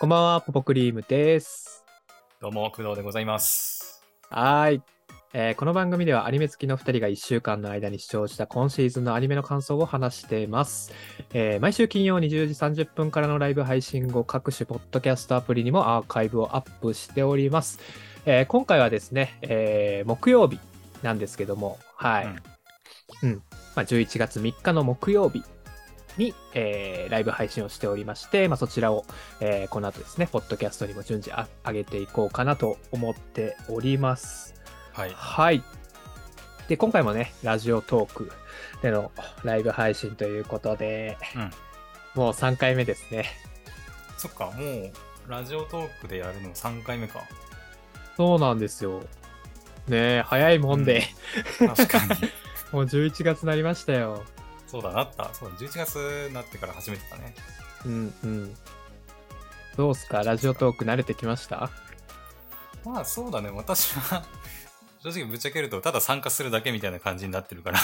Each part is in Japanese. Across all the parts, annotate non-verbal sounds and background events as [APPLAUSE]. こんばんは、ポポクリームです。どうも、工藤でございます。はーい、えーこの番組ではアニメ好きの2人が1週間の間に視聴した今シーズンのアニメの感想を話しています。えー毎週金曜20時30分からのライブ配信後、各種ポッドキャストアプリにもアーカイブをアップしております。えー今回はですね、えー木曜日なんですけども、はい。うん、まあ、11月3日の木曜日に、えーライブ配信をしておりまして、まあ、そちらを、えーこの後ですね、ポッドキャストにも順次あ上げていこうかなと思っております。はい。はい。で、今回もね、ラジオトークでのライブ配信ということで、うんもう3回目ですね。そっか、もう、ラジオトークでやるの3回目か。そうなんですよ。ねえ、早いもんで、確かに。もう11月になりましたよ。 [LAUGHS] そうだ、なった。そうだ、11月になってから始めてたね。うんうん。どうすかラジオトーク慣れてきましたまあ、そうだね。私は、正直ぶっちゃけると、ただ参加するだけみたいな感じになってるから、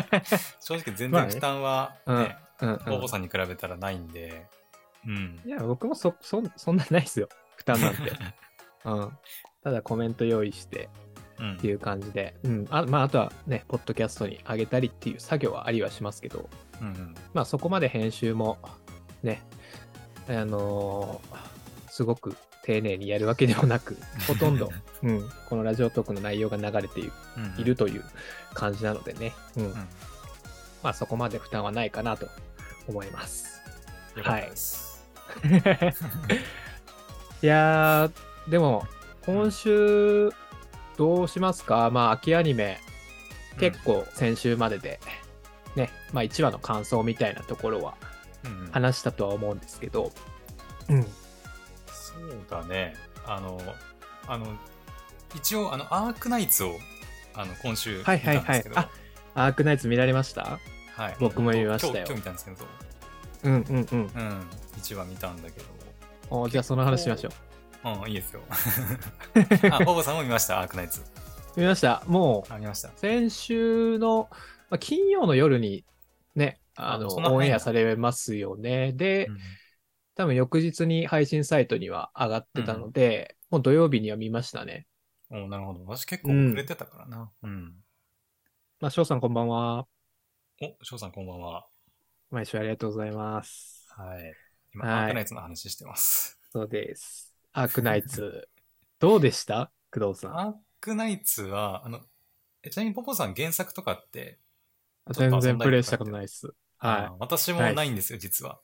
[LAUGHS] 正直全まあ然ね負担は、うんね、うん、応募さんに比べたらないんで、うん。いや、僕もそ、そん、そんなないですよ。負担なん [LAUGHS] て。うん。ただコメント用意してうってん。いう感じで。うん。あ、まあ、あとはね、ポッドキャストに上げたりっていう作業はありはしますけど、うんうん。まあ、そこまで編集も、ね、あのーすごく丁寧にやるわけでもなく、ほとんど、うん、このラジオトークの内容が流れていうんうんいる。という感じなのでね、うんう。ん。まあ、そこまで負担はないかなと思います。よかったです。いやー、でも、今週、どうしますかまあ、秋アニメ、結構先週までで、ね、まあ、1話の感想みたいなところはうんうんうん話したとは思うんですけど、うん。そうだね。あの、あの、一応、あの、アークナイツを、あの、今週見はたいんはいはでいすけど、あ、アークナイツ見られましたはい僕も見ましたよ今日今日見たんですけど、うんうんうん。うん、1話見たんだけおじゃあ、その話しましょう。ど、うん、い [LAUGHS] いですよ。あ、ボボさんも見ました、アークナイツ。見ました。もう、あ、見ました。先週の、まあ、金曜の夜に、ね、あの、あそんな早いんだオンエアされますよね。で、うん多分翌日に配信サイトには上がってたので、もう土曜日には見ましたね。おなるほど。私結構遅れてたからな。うん。まあ、翔さんこんばんは。お、翔さんこんばんは。毎週ありがとうございます。はい。今、はいアークナイツの話してます。そうです。アークナイツ。 [LAUGHS] どうでした工藤さん。アークナイツは、あの、えちなみにポポさん原作とかって、ちょっと遊んだりとか全然プレイしたことないです。あはい。の私もないんですよ、実は。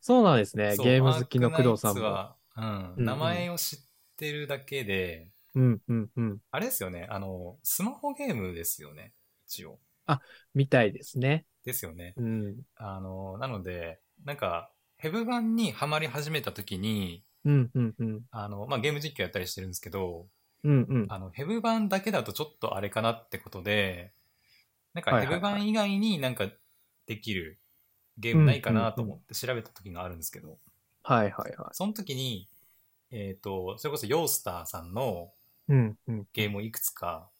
そうなんですね。そうゲーム好きの工藤さんも。アークナイツは、うんううんん、名前を知ってるだけで、うんうんうん。あれですよね、あの、スマホゲームですよね、一応。みたいですね。ですよね。うん。あの、なので、なんか、ヘブ版にハマり始めた時に、うんうんうん。あの、まあ、ゲーム実況やったりしてるんですけど、うんうん。あの、ヘブ版だけだとちょっとあれかなってことで、なんかはいヘはいはブい版以外になんかできるゲームないかなと思って調べた時があるんですけど、はいはいはその時に、えっ、と、それこそヨースターさんのい。うんうん。ゲームをいくつか、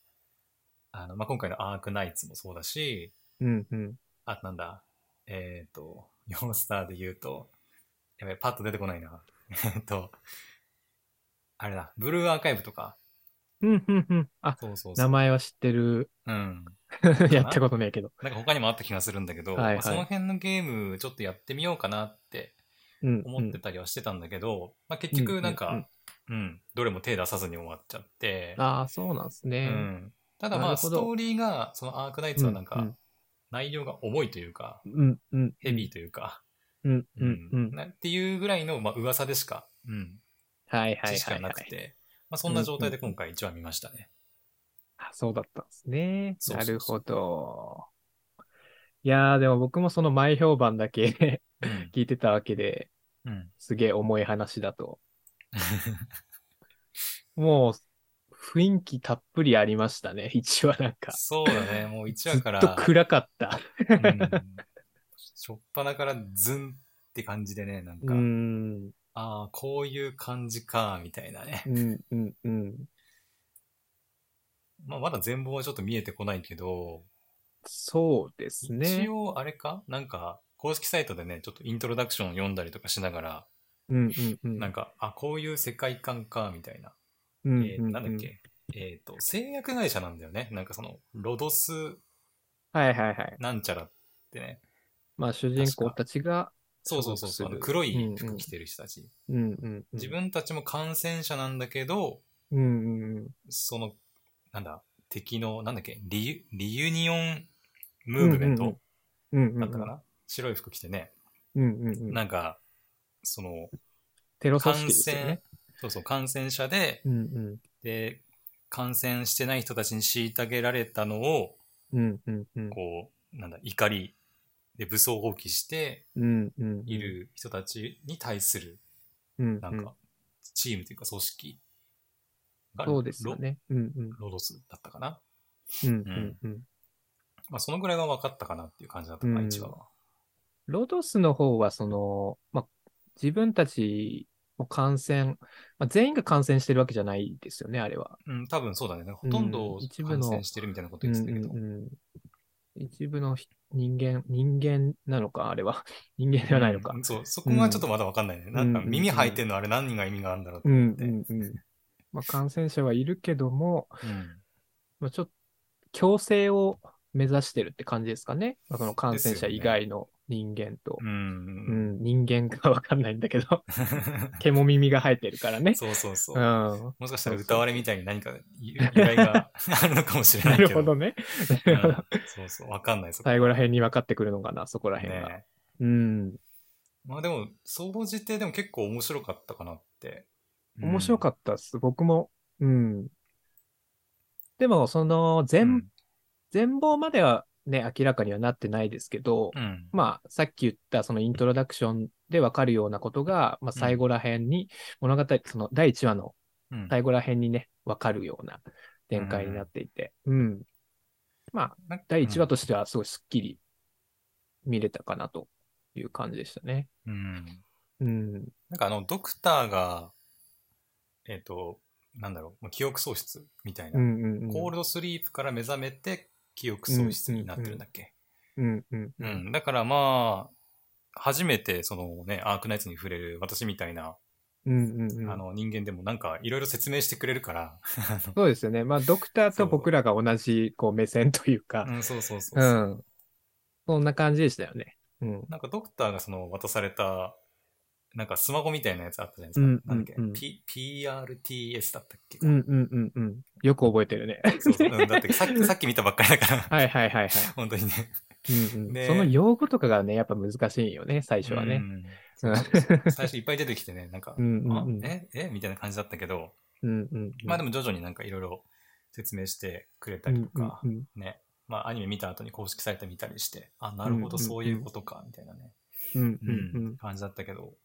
あの、まあ、今回のアークナイツもそうだし、うんうん。あとなんだ、えっ、と、ヨースターで言うと、やべ、パッと出てこないな。 [LAUGHS] えっと、あれだ、ブルーアーカイブとか。うんうんうん。あ、そうそうそう。名前は知ってる。うん。やったことないけど。なんか他にもあった気がするんだけど、はいはいまあその辺のゲームちょっとやってみようかなってうん、う思っんて。たりはしてたんだけど、まあ結局なんか、うん、どれも手出さずに終わっちゃって、ああ、そうなんですうね。ん。ただまなるあほスどトーリーが、そのアークナイツはなんうか、内容が重いというか、うんうん。ヘビーというか、うんうんうん。なっていうぐらいの、まあ、噂でしか、うん、はいはい知識はがい、はないくて、まあ、そんな状態で今回1話見ましたね。あ。そうだったんですね。そうそうそうなるほど。いやー、でも僕もその前評判だけ [LAUGHS] うん聞いてたわけでうんすげえ重い話だと。もう雰囲気たっぷりありましたね、 [LAUGHS] 一話なんか。 [LAUGHS] そうだね、もう1話から、ずっと暗かった。 [LAUGHS] うんしょっぱなからズンって感じでね、なんうか、ん。ああ、こういう感じか、みたいなね。うんうんうん。まあ、まだ全貌はちょっと見えてこないけど、そうですね一。応あれかなんか、公式サイトでね、ちょっとイントロダクションを読んだりとかしながら、うんうんうん。なんか、あ、こういう世界観か、みたいな。うんえーなんだっ。け。えっ、と、製薬会社なんだよね。なんかその、ロドスはいはいはい。なんちゃらってね。まあ主人公たちが、そうそうそうそう。あの黒い服着てる人たち。うんうんうん。自分たちも感染者なんだけど、うんうんうん。その、なんだ、敵の、なんだっけ、リユリユニオンムーブメントうんうんうん。だったかな白い服着てね。うんうんうん。なんか、その、テロ組感織染、ですよね。そうそう、感染者で、うんうん。で、感染してない人たちに虐げられたのを、うんうんうん。こう、なんだ、怒りで武装放棄してうんうん。い。る人たちに対する、うん。なんか、チームというか組織がそうですよね。うんうん。ロロドスだったかな。うんうんうん。まあ、そのぐらいは分かったかなっていう感じだったかな、うん一話は。ロドスの方は、その、まあ、自分たちも感染、まあ、全員が感染してるわけじゃないですよね、あれは。うん、多分そうだね。なんかほとんどうん一部感の染してるみたいなこと言ってたけど。うんうんうん一部のひ人間、人間なのか、あれは。 [LAUGHS] 人間ではないのかう。んそう、そこがちょっとまだ分かんないね。なんかうん耳履いてんのあれ何人が意味があるんだろうとうん思っうて。んうん。まあ、感染者はいるけども、うんまあ、ちょっと強制を目指してるって感じですかね。まあ、その感染です者よね以外の人間と。う。うんん、人間かわかんないんだけ [LAUGHS] ど、毛も耳が生えてるからね。 [LAUGHS] そうそうそうう。ん。もしかしたら歌われみたいに何か [LAUGHS] 由由来があるのかもしれな [LAUGHS] ないけど。るほどね。うん。そうそう、分かんない、そこ最後ら辺に分かってくるのかな、そこら辺が。ね。うん。まあでも、総じてでも結構面白かったかなって。面白かっったっす、僕も。うん。でも、その、全、全貌まではね、明らかにはなってないですけど、うん。まあ、さっき言った、そのイントロダクションで分かるようなことが、まあ、最後ら辺に、物語、その、第1話のうん最後ら辺にね、分かるような展開になっていて、うん。まあ、なんか第1話としては、すごいスッキリ見れたかなという感じでしたね。うん。うん。なんかあの、ドクターが、えっ、と、なんだろう、もう記憶喪失みたいな、うんうんうん。コールドスリープから目覚めて、記憶喪失になってるんだっけ。うんうんうんだからまあ、初めてそのね、アークナイツに触れる私みたいな、うんうんうんあの人間でもなんかいろいろ説明してくれるから、そうですよね。まあ、ドクターそとう僕らが同じこう目線と [LAUGHS] いうか、うん、そうそうそううそう、ん。そんな感じでしたよね。うん。なんかドクターがその渡された、なんかスマホみたいなやつあったじゃないですか。うんなんだっけ、うんうん P、PRTS だったっけ、うんうんうんうん。よく覚えてるね。 [LAUGHS] そうそう、うんだってさっきさっき見たばっかりだから、はいはいはいはい。本当にね。うんうん、でその用語とかがね、やっぱ難しいよね、最初はね。 [LAUGHS] うんそうそうそう最初いっぱい出てきてね、なんか、うんうんあうんええみたいな感じだったけど、うんうんうん。まあでも、も徐々になんかいろいろ説明してくれたりとか、うんうんね、まあアニメ見た後に公式サイト見たりして、あ、なるうんうほど、んうんそういうことか、みたいなね、うんうんうん。感じだったけど、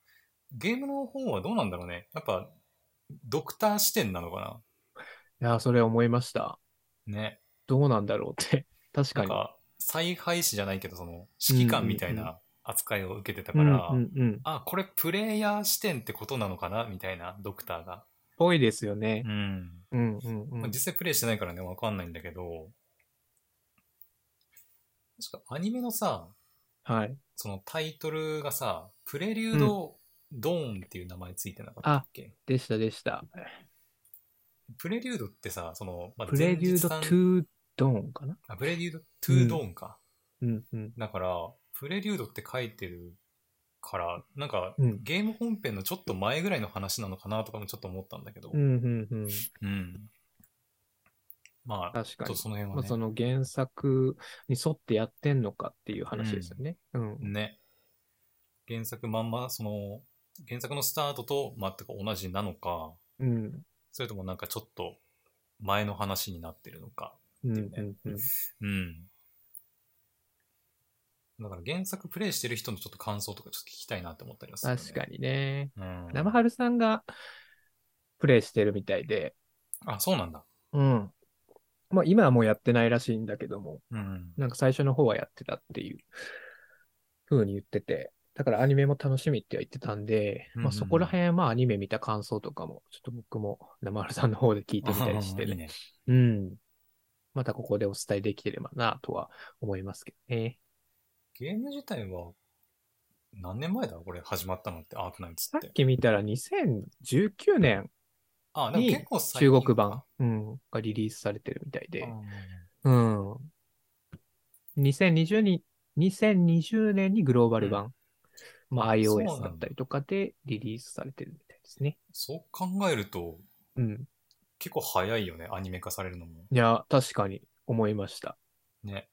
ゲームの方はどうなんだろうね。やっぱ、ドクター視点なのかいや、それ思いました。なね。どうなんだろうって。 [LAUGHS] 確なかんに。か、再廃止じゃないけど、その、指揮官みたいな扱いを受けてたうかんうら、んうん。あ、これプレイヤー視点ってことなのかなみたいな、ドクターが。ぽいですよねう。ん。うんうんうまあん。実際プレイしてないからね、わかんないんだけど、確かアニメのさ、はい。そのタイトルがさ、プレリュード・ドーンっていう名前ついてなかったっけ、でしたでした。プレリュードってさ、その、まあプレリュード前日さん2ドーンかなあプレリュード・トゥ・ドーンか。うんうん。だから、プレリュードって書いてるから、なんか、うんゲーム本編のちょっと前ぐらいの話なのかなとかもちょっと思ったんだけど、うんうんうん。うんまあ、確かちょっとに。その辺はまあ、ね。その原作に沿ってやってんのかっていう話ですよね。うん。ね。原作まんま、その、原作のスタートと全く同じなのか、うん。それともなんかちょっと前の話になってるのか。うん。うっていん。うん。うん。だから原作プレイしてる人のちょっと感想とかちょっと聞きたいなって思ったりはする、ね。確かにね。に。うん。生春さんがプレイしてるみたいで、あ、そうなんだ。うん。まあ今はもうやってないらしいんだけども、うん。なんか最初の方はやってたっていう風に言ってて、だからアニメも楽しみっては言ってたんで、うんうんまあそこら辺、まあアニメ見た感想とかも、ちょっと僕も生春さんの方で聞いてみたりしていいね [LAUGHS] ね。うん。またここでお伝えできればなとは思いますけどね。ゲーム自体は、何年前だこれ始まったのってアークナイツさっっ。てき見たら2019年あ、でもに結構中最近か国版、うん、がリリースされてるみたいで、ううん。2020, に2020年にグローバル版、まあ、そうなん iOS だだったりとかでリリースされてるみたいですね。んそう考えると、うん。結構早いよね、アニメ化されるのも。いや、確かに思いました。ね。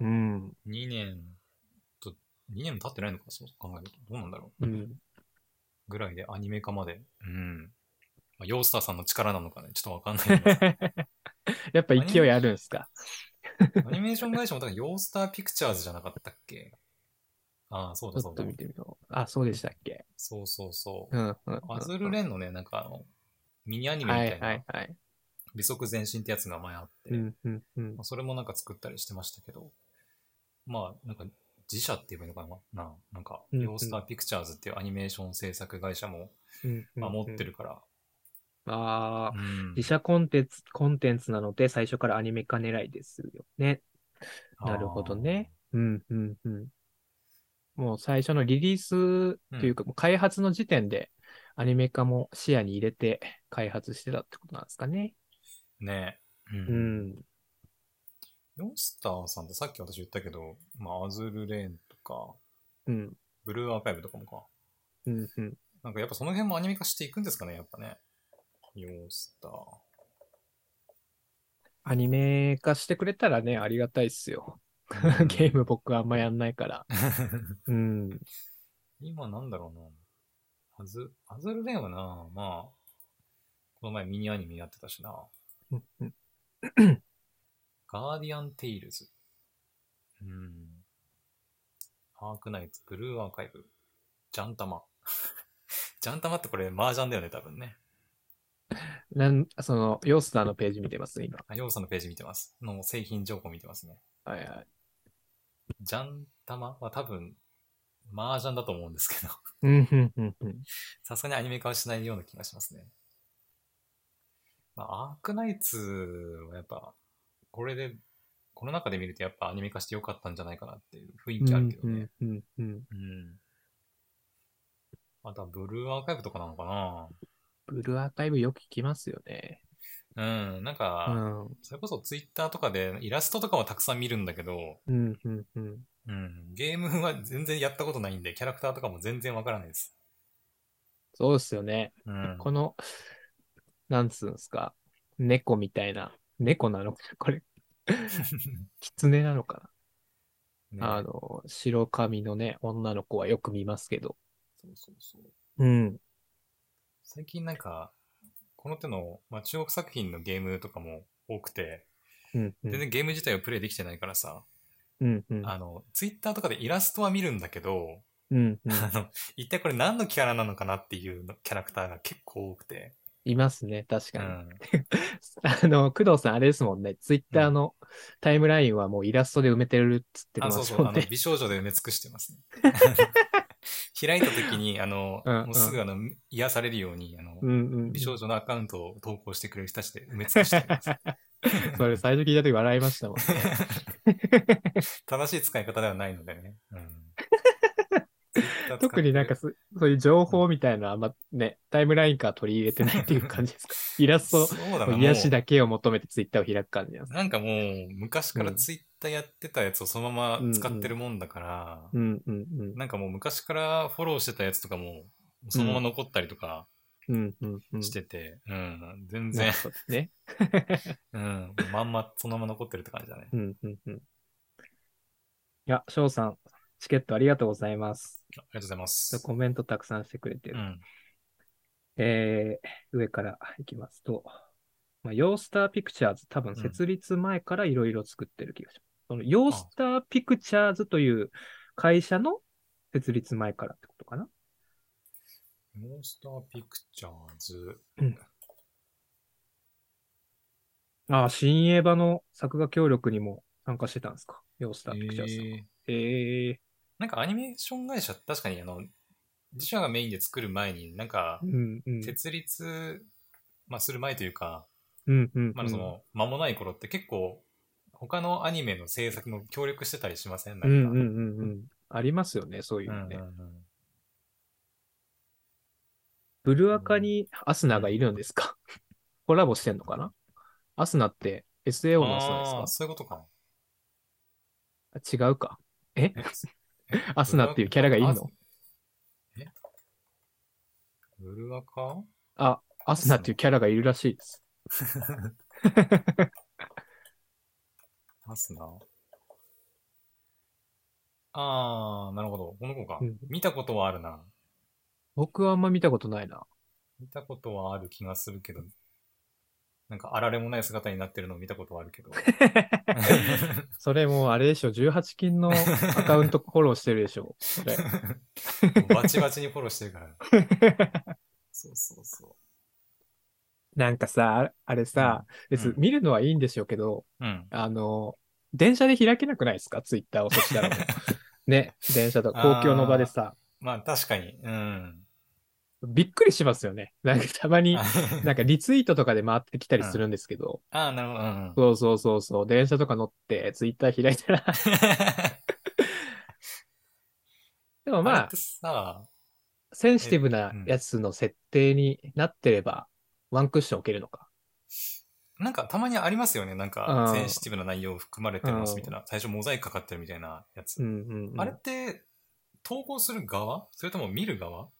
うん。 2年と、2年も経ってないのか、そう考えると。どうなんだろう。うん。ぐらいでアニメ化まで。うん。まあ、ヨースターさんの力なのかね、ちょっとわかんないんですけやっぱ勢いあるんすか [LAUGHS] ど。アニメーション会社も、だからヨースターピクチャーズじゃなかったっけああ、そうちだょそっうとだ。見てみよう。あ、そうでしたっけそうそうそうう。ん、うんうん。アズルレンのね、なんかあの、ミニアニメみはたいいな、はいはい。美足前進ってやつが前あって、うんうんうんまあ、。それもなんか作ったりしてましたけど、まあ、なんか自社って言えばいいのかな、ななんか、うんうんヨースターピクチャーズっていうアニメーション制作会社も、うんまあ、持って。るから、ああ、うん自社コンテンツ、コンテンツなので最初からアニメ化狙いですよね。なるほどね。うんうんうん。もう最初のリリースというか、もう開発の時点でアニメ化も視野に入れて開発してたってことなんですかね。あー。ねえ。う。うんん。ヨースターさんってさっき私言ったけど、まあ、アズルレーンとか、うん。ブルーアーカイブとかもか。うんうん。なんかやっぱその辺もアニメ化していくんですかね、やっぱね。ヨースター。アニメ化してくれたらね、ありがたいっすよ。うん [LAUGHS] ゲーム僕あんまやんないから。 [LAUGHS] うん。今なんだろうな。アズ、アズルレーンはな、まあ、この前ミニアニメやってたしな。うんうんガーディアン・テイルズ。うん。アークナイツ、ブルーアーカイブ、ジャンタマ。 [LAUGHS] ジャンタマってこれ、麻雀だよね、多分ね。なんその、ヨースターのページ見てます、今。あ、ヨウさんのページ見てます。の製品情報見てますね。はいはい。ジャンタマは多分、麻雀だと思うんですけど、 [LAUGHS] うん、うん、うん、うん。さすがにアニメ化はしないような気がしますね。まあ、アークナイツはやっぱ、これで、この中で見るとやっぱアニメ化してよかったんじゃないかなっていう雰囲気あるけどね。うん、うん、うん。うん。また、ブルーアーカイブとかなのかブルーアーカイブよく聞きますよね。なうん、なんうか、ん、それこそツイッターとかでイラストとかはたくさん見るんだけど、うん、うん、うん。うん、ゲームは全然やったことないんで、キャラクターとかも全然わからないです。そうですよね。うん。この、なんつうんすか、猫みたいな、猫なのか、 [LAUGHS] これ、狐なのか [LAUGHS] ねな。あの、白髪のね、女の子はよく見ますけど。そうそうそう。うん、最近なんか、この手の、まあ、中国作品のゲームとかも多くて、うん、うん。全然ゲーム自体をプレイできてないからさ、うん、うん。あの、ツイッターとかでイラストは見るんだけど、 [LAUGHS] うん、うん。あの、一体これ何のキャラなのかなっていうのキャラクターが結構多くて。いますね、確うかに。ん。あの、工藤さん、あれですもんね。ツイッターのタイムラインはもうイラストで埋めてるっつってあ、まそうすそう、もあんの、ね。美少女で埋め尽くしてます [LAUGHS] ね。 [LAUGHS] 開いた時に、あの、うんもうすぐあの、癒されるように、あの [LAUGHS] う、んうん。美少女のアカウントを投稿してくれる人たちで埋め尽くして [LAUGHS] ます。それ最初聞いた時笑いま [LAUGHS] したもんね。正しい使い方ではないのでね。 [LAUGHS] うん特になんか、そそういう情報みたいなのはあんまね、タイムラインから取り入れてないっていう感じですか。 [LAUGHS] イラストそうだのな。癒しもだけを求めてツイッターを開く感じなんです。うなんかもう、昔からツイッターやってたやつをそのまま使ってるもんだから、うんうんうん。なんかもう昔からフォローしてたやつとかも、そのまま残ったりとかうんうんうん。してて、うん、全なる然、ほどね。うん、まんまそのまま残ってるって感じだねう。んうんうん。いや、翔さん、チケットありがとうございます。ありがとうございます。コメントたくさんしてくれてるう。ん。えー上からいきますと、まあ、ヨースターピクチャーズ、多分ん設立前からいろいろ作ってる気がします。そのヨースターピクチャーズという会社の設立前からってことかなモンスターピクチャーズ。ああ、新映画の作画協力にも参加してたんですかヨースターピクチャーズ。えーええなんかアニメーション会社って確かにあの、自社がメインで作る前に、なんかう、んうん。設立、まあ、する前というか、うんうんうん。まだその、間もない頃って結構、他のアニメの制作も協力してたりしませんうなんんうんか、うんうん。ありますよね、そういううんうのんね。うんブルアカにアスナがいるんですかコラボしてんのかなアスナって SAO のアスあナーですそういうことか。か違うか。え [LAUGHS] アスナっていうキャラがいるのえブルアカあ、アスナっていうキャラがいるらしいです。アスナあー、なるほど。この子か。うん見たことはあるな。僕はあんま見たことないな。見たことはある気がするけど、なんかあられもない姿になってるのを見たことはあ [LAUGHS] るけど。それもうあれでしょ、18金のアカウントフォローしてるでしょ。そ [LAUGHS] れもうバチバチにフォローしてるから。そうそうそなんかさ、ああれさ、別、うん見るのはいいんでしょうけど、う。うん。あの、電車で開けなくないですかツイッターを。そしたらもう [LAUGHS] ね、電車とか公共の場でさ、まあ確かに。うん。びっくりしますよね。なんかたまに、なんかリツイートとかで回ってきたりするんですけど、ああ、なるほど。うんうんそうそうそうそう、電車とか乗ってツイッター開いた [LAUGHS] ら、でも [LAUGHS] まあれあっ、てさ、センシティブなやつの設定になってれば、ワンクッション置けるのか。なんかたまにありますよね。なんうかんセンシティブな内容含まれてますみたいな。最初モザイクかかってるみたいなやつ。うんうんうんあれって投稿する側それとも見る側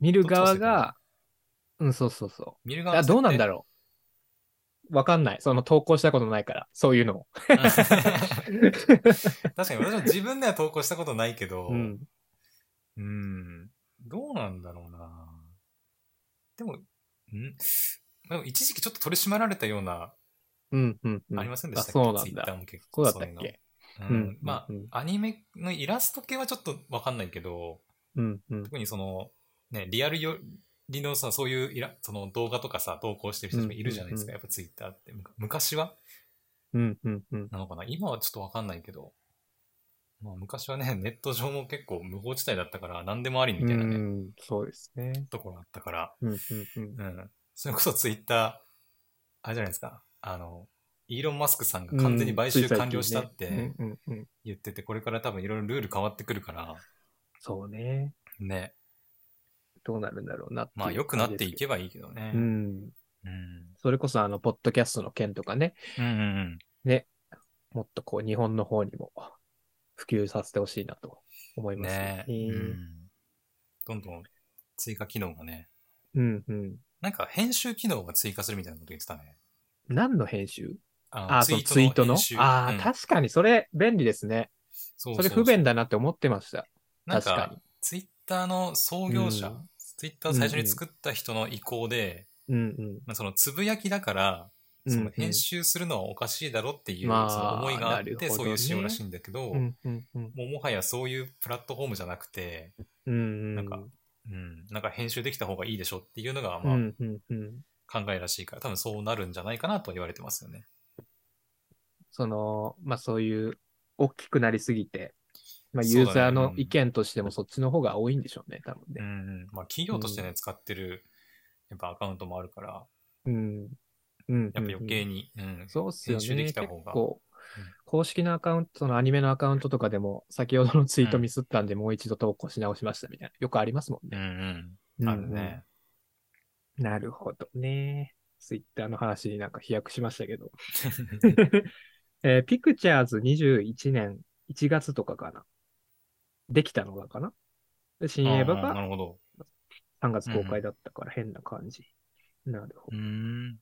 見る側どっちがが、うん、そうそうそ見るう。側あどうなん [LAUGHS] だろろう。わかんない。その投稿したことないから、そういうのを。う確 [LAUGHS] かに私も自分では投稿したことないけど、うん。うんどうなんだろうな。でも、んでも一時期ちょっと取り締まられたような、うんうんうん。ありませんでしたっけ、あそうなんツイッターだ。も結そうだ構っそたっういうの。けううんん、まうんうんあ、アニメのイラスト系はちょっとわかんないけど、うんうん。特にその、ね、リアルよりのさ、そういうイラその動画とかさ、投稿してる人たちもいるじゃないですか、うんやっぱツイッターって。むか昔はうんうんうん。なのかな今はちょっとわかんないけど、まあ、昔はね、ネット上も結構無法地帯だったから、何でもありみうたいなね、ん、そうですね。ところあったから、うんうんうん。うん。それこそツイッター、あれじゃないですか。あの、イーロン・マスクさんが完全に買収完了したっうんてうんうん。言ってて、これから多分いろいろルール変わってくるから、そうね。ね。どうなるんだろうなっていうまあ、良くなっていけば。ばいいけどね。うん。うん。それこそ、あの、ポッドキャストの件とかね、うんうんうん。もっとこう、日本の方にも普及させてほしいなと思いますねね。うんどんどん追加機能がね。うんうん。なんか編集機能が追加するみたいなこと言ってたね。何の編集ああ、そう、ツイートの。ああ、確かに、それ便利ですね。そそれ不便だなって思ってました。なん確かか、ツイッターの創業者、うんツイッターを最初に作った人の意向で、に。うんうん。まあ、そのつぶやきだから、そうんうのん編集するのはおかしいだろっていう、まあその思いがあっなるほて、どねそういう仕様らしいんだけど、うんうんうん。もうもはやそういうプラットフォームじゃなくて、うんうなんかうん、なんか編集できた方がいいでしょっていうのが、うまあ、んうんうん。考えらしいから、多分そうなるんじゃないかなとは言われてますよね。その、まあそういう、大きくなりすぎて、まあそうだねユーザーのうん意見としてもそっちの方が多いんでしょうね、多分うね。ん、まあ企業としてね、使ってる、やっぱアカウントもあるから、うん。うん。やっぱ余計に。に、うん、そうっすよ編集でね。き結た方が構うん、公式のアカウントのアニメのアカウントとかでも、先ほどのツイートミスったんで、もう一度投稿し直しましたみたいな。よくありますもんうね。ん、ううんん、うんあるね。なるほどね。ツイッターの話になんか飛躍しましたけど。 [LAUGHS] えーピクチャーズ21年1月とかかな。できたのがかな。で新映画あーがなるほど。 3月公開だったから変な感じ。なるほうど。ん。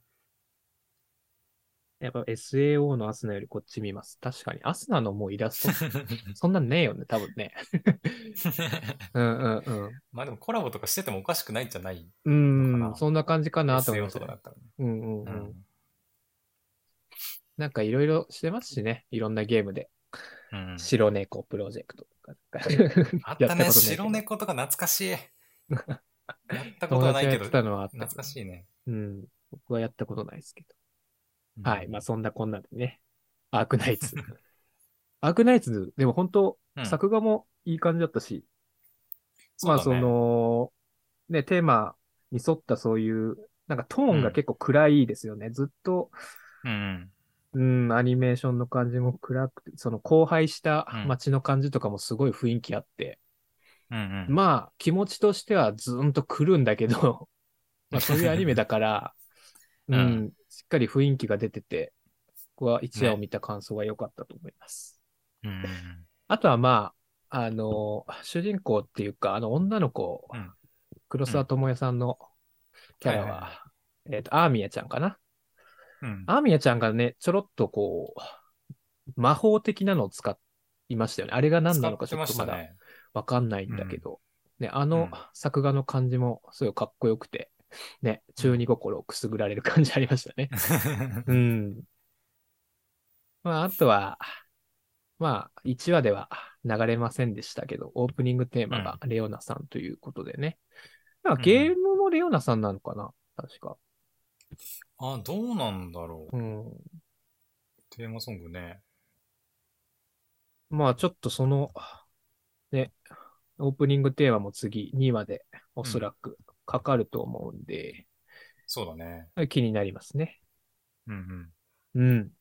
やっぱ SAO のアスナよりこっち見ます。確かに。アスナのもうイラス [LAUGHS] ト、そんなんねえよね、多分ね。うんうんうん。 [LAUGHS] まあでもコラボとかしててもおかしくないんじゃないうん、そんな感じかなと思い ?SEO ますとかだね。ったらね。うんうんううんん。なんかいろいろしてますしね。いろんなゲームで。うん白猫プロジェクト [LAUGHS] とか。あったやことなね、いけど白。猫とか懐か [LAUGHS] しい。やったこと友はな達がいけやっどて、たのはあった懐。かしいね。うん。僕はやったことないですけど。うんはい。まあそんなこんなでね。アークナイ [LAUGHS] ツ。アークナイツ、でも本当、うん作画もいい感じだったし、まあうだそねの、ね、テーマに沿ったそういう、なんかトーンが結構暗いですよね。ずっと、うんうん、アニメーションの感じも暗くて、その荒廃したうん街の感じとかもすごい雰囲気あって、うんうん。まあ気持ちとしてはずーんと来るんだけ [LAUGHS] ど、まあそういうアニメだから、う、うんんしっかり雰囲気が出てて、ここは一夜を見た感想が良かったと思います。うんうんうん。あとはまあ、あの、主人公っていうか、あの女の子、うん黒沢智也さんのキャラは、はいはいはえっ、と、アーミヤちゃんかな。うんアーミヤちゃんがね、ちょろっとこう、魔法的なのを使いましたよね。あれが何なのかちょっとま使てましただね。わかんないんだけど、ね、あのうん作画の感じもすごいかっこよくて、ね、中二心をくすぐられる感じありましたね。うん。まあ、あとは、まあ、1話では流れませんでしたけど、オープニングテーマがレオナさんということでね。まあ、ゲームもレオナさんなのかな確か。 [LAUGHS] あ、どうなんだろう。うん。テーマソングね。まあ、ちょっとその、ね、オープニングテーマも次2話でおそらくかかると思うんで、そうだね。気になりますね。うんうん。うん。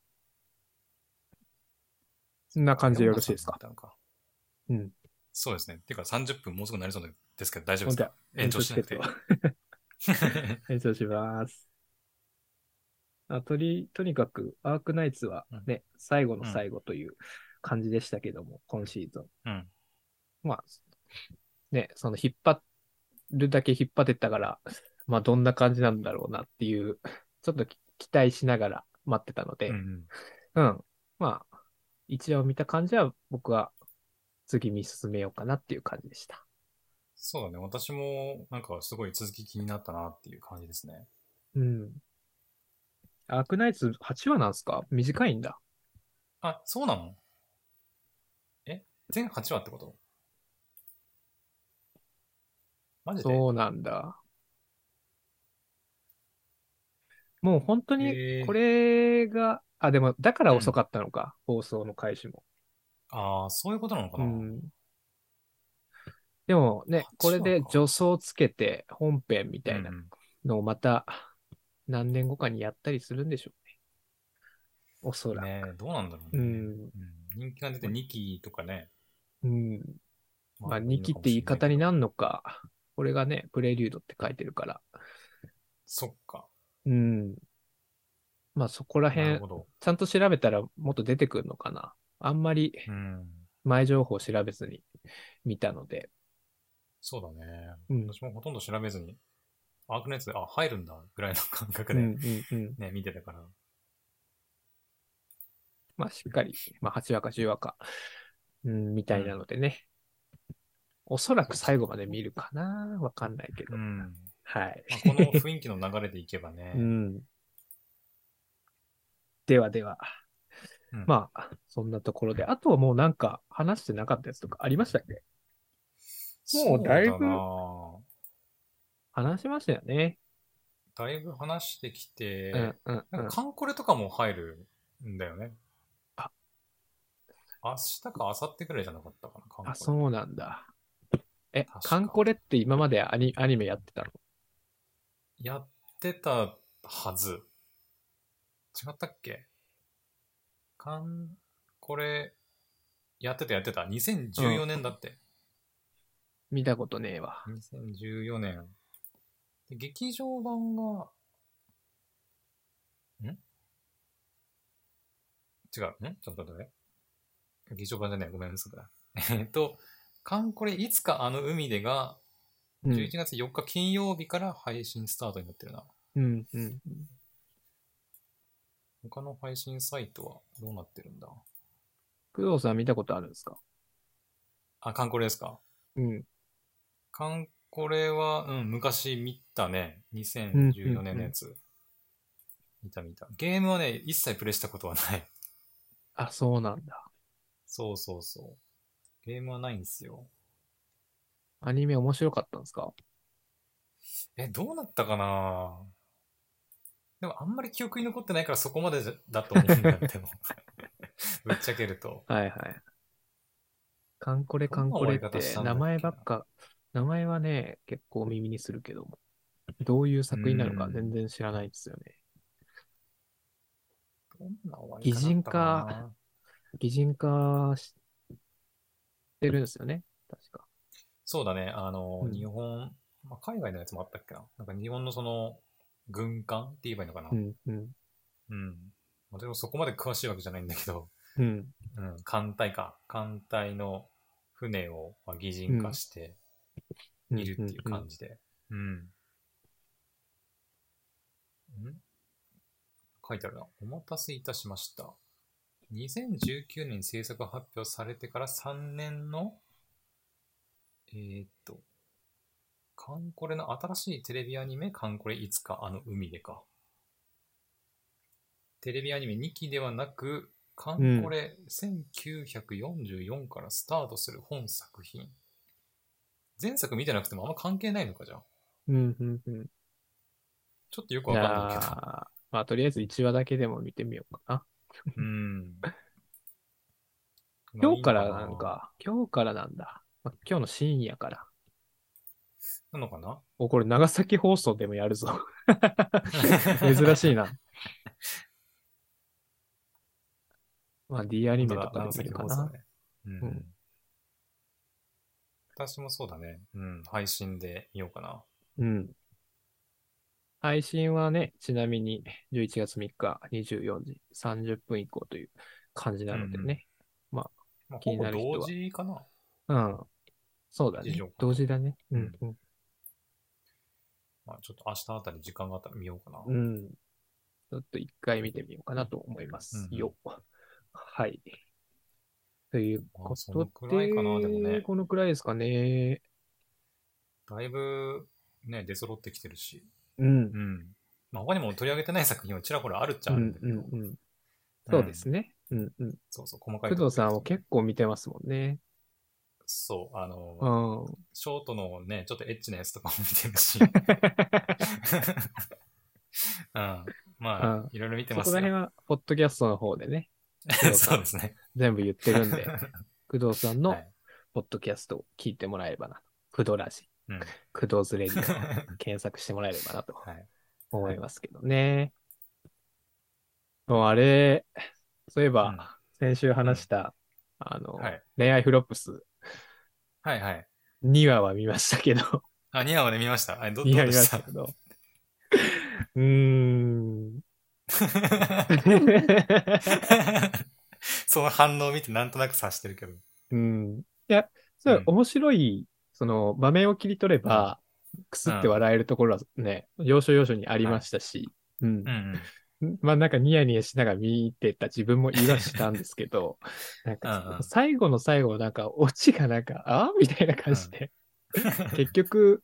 そんな感じでよろしいですか。山田さんだったのかうん。そうですね。てか30分もうすぐなりそうですけど大丈夫で本す当はか延長しなくて。 [LAUGHS] 延長します。あとり、とにかく、アークナイツはね、最後の最後という感じでしたけども、今シーズン。うん。まあ、ね、その引っ張るだけ引っ張ってったから、まあどんな感じなんだろうなっていう、ちょっとき期待しながら待ってたので、ううん。うんん。まあ、一応見た感じは僕は次見進めようかなっていう感じでした。そうだね。私もなんかすごい続き気になったなっていう感じですね。うん。アークナイツ8話なんすか短いんだ。あ、そうなのえ全8話ってことマジでそうなんだ。もう本当へにーこれが、あ、でもだから遅かったのか、放送の開始も。ああ、そういうことなのかうな、ん。でもね、これで助走つけて本編みたいなうんうんのをまた何年後かにやったりするんでしょうね。おそらく。ねえどうなんだろううね、ん。うん人気が出て2期とかね。うん。まあ、2期って言い方になんのか、これがね、プレリュードって書いてるから。そっか。うん。まあそこらなる辺ほ、ど。ちゃんと調べたらもっと出てくるのかな。あんまりうん。前情報調べずに見たので。そうだね。うん。私もほとんど調べずに、アークのやつ、あ、入るんだ、ぐらいの感覚うんうで、んうん。ね、見てたから。まあしっかり、まあ8話か10話か、うん、みたいなのでね。おそらく最後まで見るかな。わかんないけど。うん。まはい。あ、この雰囲気の流れでいけばね。 [LAUGHS] うん。ではでは。うんまあ、そんなところで。あとはもうなんか話してなかったやつとかありましたっけもうだいぶそう話しましたよね。だなだいぶ話してきて、うんうんなうんんか。カンコレとかも入るんだよね。あ明日か明後日ぐらいじゃなかったかな、カンコレ。あ、そうなんだ。え確、かカンコレって今までアニアニメやってたのやってたはず。違ったっけかん、これ、やってたやってた。2014年だって。見たことねえわ。 2014年。で劇場版が、ん違う。んちょっと待って待って。劇場版じゃない。ごめん、嘘だ。 [LAUGHS] えっと、カンコレいつかあの海でが、うん、 11月4日金曜日から配信スタートになってるな。うん、うん。他の配信サイトはどうなってるんだ工藤さん見たことあるんですかあ、カンコレですかうん。カンコレは、うん、昔見たね。2014年のやつ。見た見た。ゲームはね、一切プレイしたことはない。 [LAUGHS] あ、そうなんだ。そうそうそう。ゲームはないんですよ。アニメ面白かったんですかえ、どうなったかなでもあんまり記憶に残ってないからそこまでじゃだと思うんだ [LAUGHS] けど。ぶっちゃけると。はいはい。カンコレ、カンコレっどんな終わり方してたんだ名っけ前ばっか、名前はね、結構耳にするけども、どういう作品なのか全然知らないですよね。どんな終わり方だった擬人な。擬人化してるんですよね。確か。そうだね、あの、うん日本、まあ、海外のやつもあったっけな。なんか日本のその、軍艦って言えばいいのかな。ううん。ん、うん、私もそこまで詳しいわけじゃないんだけど、うん、うん、艦隊か。艦隊の船を、まあ、擬人化してうん。いるっていう感じ。じで。うん。ん書いてあるな。お待たせいたしました。2019年に制作が発表されてから3年の、えーっと、カンコレの新しいテレビアニメ、カンコレいつかあの海でか。テレビアニメ2期ではなく、カンコレ1944からスタートする本作品。前作見てなくてもあんま関係ないのかじゃあ。うん、うん、うん。ちょっとよくわかんないけど。あーまあ、とりあえず1話だけでも見てみようかな。うん。今日からなんまあ。か、今日からなんだ。まあ、今日の深夜から。いいのかななのお、これ長崎放送でもやるぞ。 [LAUGHS] かな珍しい。しい [LAUGHS] な。まあ、D アニメとかで見るか本当だ長な崎放送。ねうんうん私もそうだね。うん。配信で見ようかな。うん。配信はね、ちなみに11月3日24時30分以降という感じなのでね。まあ、気ほにぼなる人は同時かな。うん。そうだね以上か。同時だね。うん。まあ、ちょっと明日あたり時間があったら見ようかな。うん。うん、ちょっと一回見てみようかなと思いますよ。はい。というまこあそとので、くらいかなでもねこのくらいですかね。だいぶ、ね、出揃ってきてるし。うんう。ん。まあ、他にも取り上げてない作品はちらほらあるっちゃうあるんんだけうど。んうん。そうですね。ね。うんうん。そうそう、細かい工ところ藤さんは結構見てますもんね。そう、あの、うん。ショートのね、ちょっとエッチなやつとかも見てる [LAUGHS] し。うん、まうんあ、いろいろ見てそまこすらよ辺は、ポッドキャストの方で [LAUGHS] ね、そうですね。全部言ってるん [LAUGHS] で、工藤さんのはいポッドキャストを聞いてもらえればな。工藤ラジ、うん工藤ズレディを検索してもらえればなとはい思いますけど [LAUGHS] ね。もうあれ、そういえうんば、先週話した、あの、はい恋愛フロップスはいはい。 2話は見ましたけど、 [LAUGHS] あ、2話まで見ました。あれどどう2話見でまししたたけど。うーん。 [LAUGHS] その反応を見てなんとなく察してるけど。うん。いや、そう、うん面白い、その、場面を切り取れば、くすって笑えるところはね、要所要所にありましたし、うんう。んまあなんかニヤニヤしながら見てた自分もいはしたんですけ [LAUGHS] ど、なんうんうかん最後の最後、なんかオチがなんか、あ [LAUGHS] みたいな感じで、 [LAUGHS] 結局、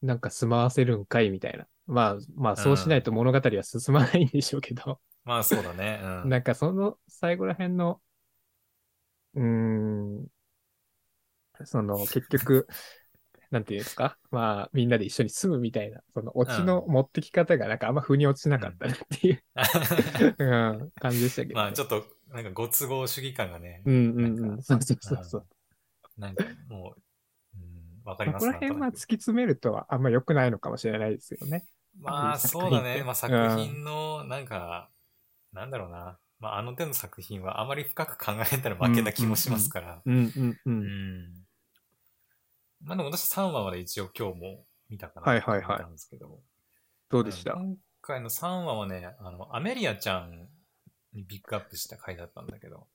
なんか済ませるんかいみたいな。まあまあそうしないと物語は進まないんでしょうけど、まあそうだね。うん。なんかその最後ら辺の、うーん、その結 [LAUGHS] 局、なんていうんですか、まあみんなで一緒に住むみたいな、そのオチのうん持ってき方がなんかあんま腑に落ちなかったなっていう、 [LAUGHS] うん、感じでしたけど、 [LAUGHS] まあちょっと、なんかご都合主義感がね、うんうんなうんん。かそうそうそうそう。なんかもう、うん、わかまありまこすの辺はなん突ときなく詰めるとはあんま良くないのかもしれないですよね。まあ作品そっうてだね。まあ作うん品の、なんか、なんだろうな。まああの手の作品はあまり深く考えたら負けな気もしますから。うんうんう。うんん。まあでも私3話まで一応今日も見たかな。はいはいはい見たんですけど。どうでしたうん今回の3話はね、あの、アメリアちゃんにピックアップした回だったんだけど。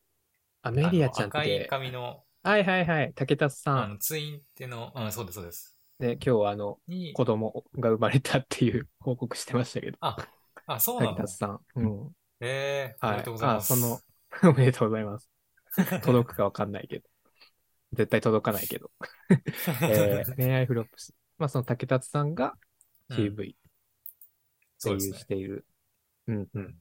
アメリアちゃんっあの赤いて。髪の、はいはいはい。武田さあん。の、ツインっての、うん、そうですそうです。ね、今日はあの、に、子供が生まれたっていう報告してましたけど。あ、あ、そう武なの田さん。うん。ええー、おはめでいとうご。ざいあ、ます。そ [LAUGHS] の、 [LAUGHS] おめでとうございます。届くかわかんない [LAUGHS] けど。絶対届かないけど。え [LAUGHS] ー恋愛フロップス。まあその武田さんがうん CV そ声うです優ねし。ている。うんうん。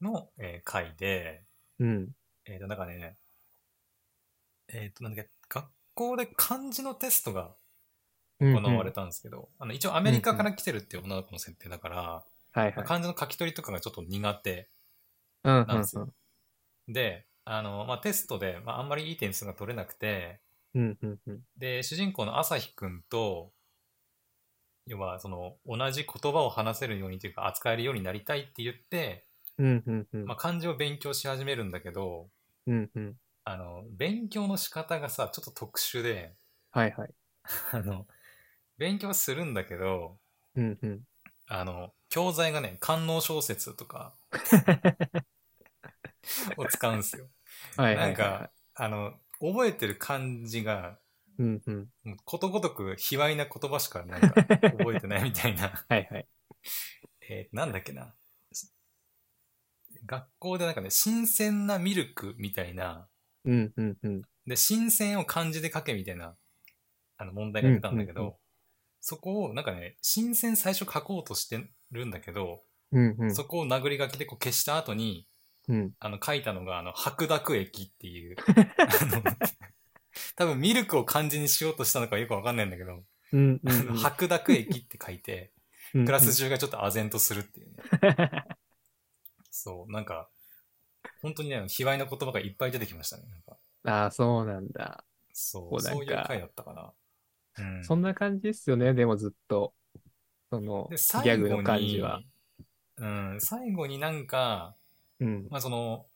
の、えー回で、うん。えっ、と、なんかね、えっ、と、なんだっけ、学校で漢字のテストがうんうん行われたんですけど、あの一応アメリカから来てるっていう女の子の設定だから、はいまあはい。漢字の書き取りとかがちょっと苦手うんうんなんですよ。で、あの、まあ、テストで、まあ、あんまりいい点数が取れなくて、うんうんうん。で、主人公の朝日くんと、要は、その、同じ言葉を話せるようにというか、扱えるようになりたいって言って、うんうんうん。まあ、漢字を勉強し始めるんだけど、うんうん。あの、勉強の仕方がさ、ちょっと特殊で、はいはい。あの、勉強はするんだけど、うんうん。あの、教材がね、観音小説 [LAUGHS] とかを使うんですよ。はいはいはいはい。なんか、あの、覚えてる漢字が、うんうん。もうことごとく卑猥な言葉しかな [LAUGHS] んか覚えてないみたいな。はいはい。えーなんだっけな。学校でなんかね、新鮮なミルクみたいな、うんうんうん。で、新鮮を漢字で書けみたいな、あの問題が出たんだけど、うんうんうそこをなんかね、新鮮最初書こうとしてるんだけど、うんうん。そこを殴り書きでこう消した後に、うん。あの、書いたのが、あの、白濁液っていう、あの多分ミルクを漢字にしようとしたのかよくわかんないんだけど、うんあの白濁液って書いて、うん。クラス中がちょっと唖然とするっていうね。そう、なんか、本当にね、卑猥な言葉がいっぱい出てきましたね。なんかああ、そうなんだ。そこうなう、んかそういう回だったかな。うん、そんな感じですよね、でもずっと。その、ギでャグの感じは。。最後にうん、最後になんか、うん。まあその、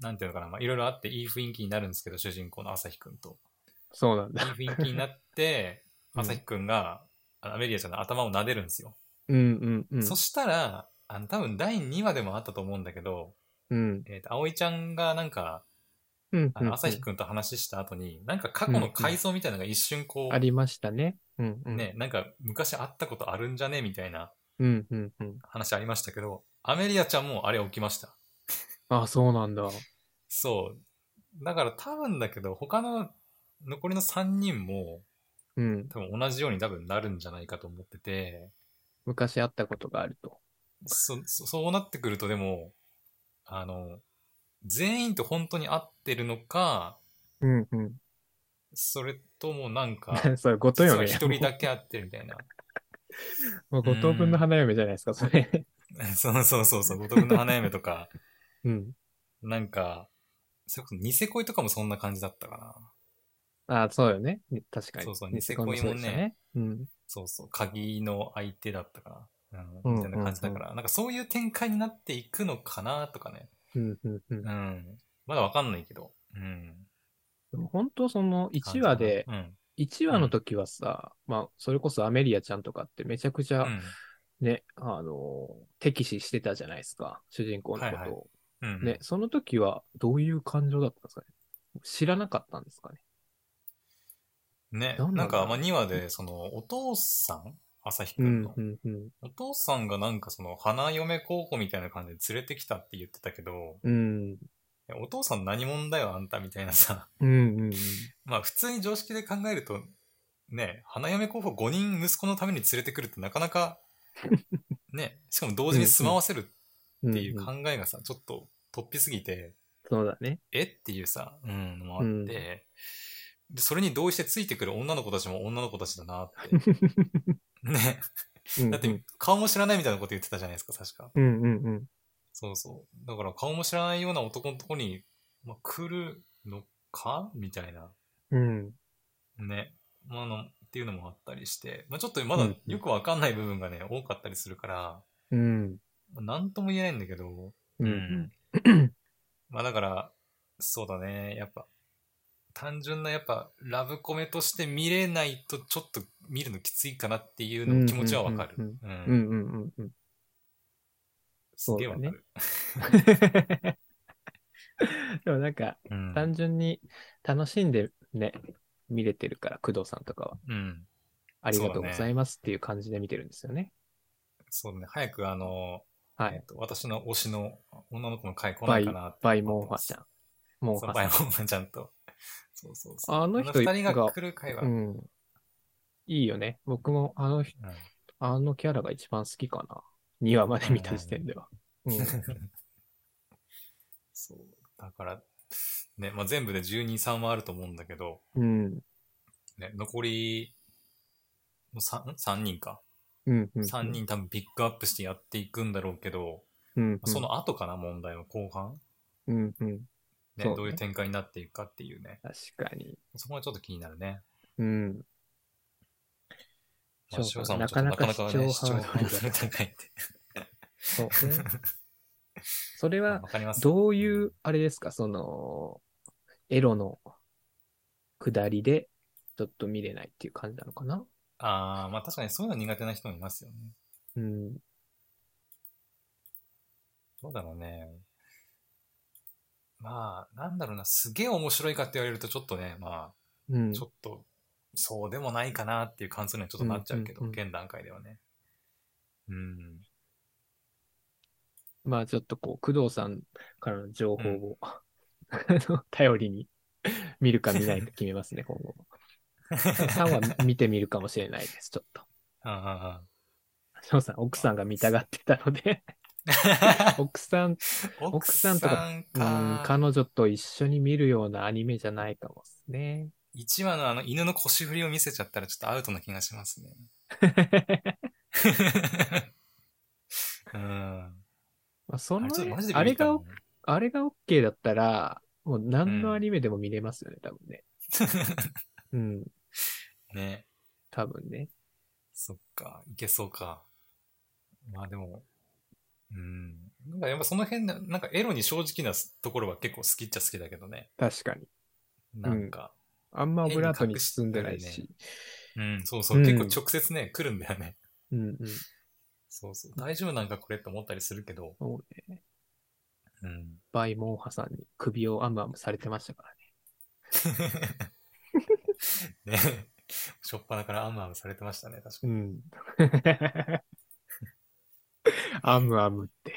なんていうのかな、まあいろいろあっていい雰囲気になるんですけど、主人公の朝日くんと。そうなんいだ。い雰囲気になって、うん朝日くんが、あのアメリアちゃんの頭を撫でるんですよ。うんうんうん。そしたら、あの、多分第2話でもあったと思うんだけど、うん。えっ、と、葵ちゃんがなんか、うんあうんうの、ん。朝日くんと話した後に、なんか過去の回想みたいなのが一瞬こう、ありましたね。うんうん。ね、なんか昔あったことあるんじゃねみたいなうんうんうん。話ありましたけど、アメリアちゃんもあれ起きました。ああ、そうなんだ。そう。だから多分だけど、他の残りの3人も、うん。多分同じように多分なるんじゃないかと思ってて、昔あったことがあると。そ [LAUGHS] そそうなってくるとでもあの全員と本当に合ってるのかうんうん。それともなんか [LAUGHS] それ、ごと実よはね。一人だけ合ってるみたいなもう五等分の花嫁じゃないですか、それ。 [LAUGHS] そうそうそうそう五徳の花嫁とか [LAUGHS] うん。なんかそれこそニセ恋とかもそんな感じだったかなああ、そうよね。確かに。そうそうニセコもそうでしたね。うん。そうそう鍵の相手だったかな、う、うんんみたいな感じだから、なんかそういう展開になっていくのかなとかねうんうんうんう。んまだわかんないけどうんでも本当その1話で、うん1話の時はさ、まあ、それこそアメリアちゃんとかってめちゃくちうゃんね、あのー敵視してたじゃないですか、主人公のことを。はいはうんね、その時はどういう感情だったんですかね知らなかったんですかねなんね、だなろんうか、まあ、2話で、その、お父さん朝日くうんんの、うんうん。お父さんがなんかその、花嫁候補みたいな感じで連れてきたって言ってたけど、うんいやお父さん何者だよ、あんたみたいなさ。 [LAUGHS] うんうんまあ、普通に常識で考えると、ね、花嫁候補5人息子のために連れてくるってなか [LAUGHS] なか、ね、しかも同時に住まわせるうん。っていううんうん考えがさ、ちょっと突飛すぎて、そうだね。えっていうさ、うん、のもあって、うんで、それに同意してついてくる女の子たちも女の子たちだなって。 [LAUGHS] ね。だうってん顔も知らないみたいなこと言ってたじゃないですか、確か。うんうんうん。そうそう。だから顔も知らないような男のとこに、まあ、来るのかみたいな。うんね。まあ、あの、っていうのもあったりして、まあ、ちょっとまだうんうんよくわかんない部分がね、多かったりするから、うんまあなんとも言えないんだけど、うんううんん。まあだから、そうだね、やっぱ、単純なやっぱ、ラブコメとして見れないと、ちょっと見るのきついかなっていうの気持ちはわかる。ううん。うんんうんうん。すげえわかそうだる。でもなんかうん単純に楽しんでね、見れてるから、工藤さんとかは。うん。ありがとうございますっていう感じで見てるんですよね。そうね、早くあの、はえい。っと、私の推しの女の子の回来ないかなって。バイモンファちゃん。モンフそうァバイさモンファちゃんと。そうそうそう。あの人二人が来る回は、ん。うん。いいよね。僕もあの人、うんあのキャラが一番好きかな。2話まで見た時点では。うん。そう。だから、ね、まあ、全部で12、3はあると思うんだけど、うん。ね、残り、もう 3, 三人か。うん。うん3。人多分ピックアップしてやっていくんだろうけど、うん。うんまあそ、の後かな、問題は後半。うん。うん。ね、そうねどういう展開になっていくかっていうね。確かに。そこがちょっと気になるね。うん。まあ、そう翔かさんもちょっとなかなかね、 [LAUGHS] なかなか視視聴聴派は [LAUGHS] が高いって。そうね。それわは、かります。どういう、あれですか、その、エロの下りで、ちょっと見れないっていう感じなのかなああ、まあ確かにそういうの苦手な人もいますよね。うん。どうだろうね。まあ、なんだろうな、すげえ面白いかって言われるとちょっとね、まうんあ、ちょっと、そうでもないかなっていう感想にはちょっとなっちゃうけど、うんうんうん現段階ではね。うん。まあちょっとこう、工藤さんからの情報を、あの [LAUGHS] 頼りに見るか見ないか決めます [LAUGHS] ね、今後。さんは見てみるかもしれないです、ちょっと。うんうんうん翔さん、奥さんが見たがってたの [LAUGHS] で、奥さん、奥さんとかう奥さんん、か。彼女と一緒に見るようなアニメじゃないかもですね。一話のあの犬の腰振りを見せちゃったらちょっとアウトな気がします [LAUGHS] ね。うん。まあ、そのあれちょっとマジであビれビったがもん、あれが OK だったら、もう何うのんアニメでも見れますよね、多分 [LAUGHS] ね。うん、ね。多分ね。そっか、いけそうか。まあでも、うん。なんかやっぱその辺な、なんかエロに正直なところは結構好きっちゃ好きだけどね。確かに。なんか、あんまオブラートに包んでない変に隠し。うん、そうそう、うん結構直接ね、来るんだよね。 [LAUGHS] うんうん。そうそう、大丈夫なんかこれって思ったりするけど、そううん。 [LAUGHS] バイモンハさんに首をアムアムされてましたからね。ね。しょっぱなからアムアムされてましたね、確かうに。ん。 [LAUGHS] アムアムって。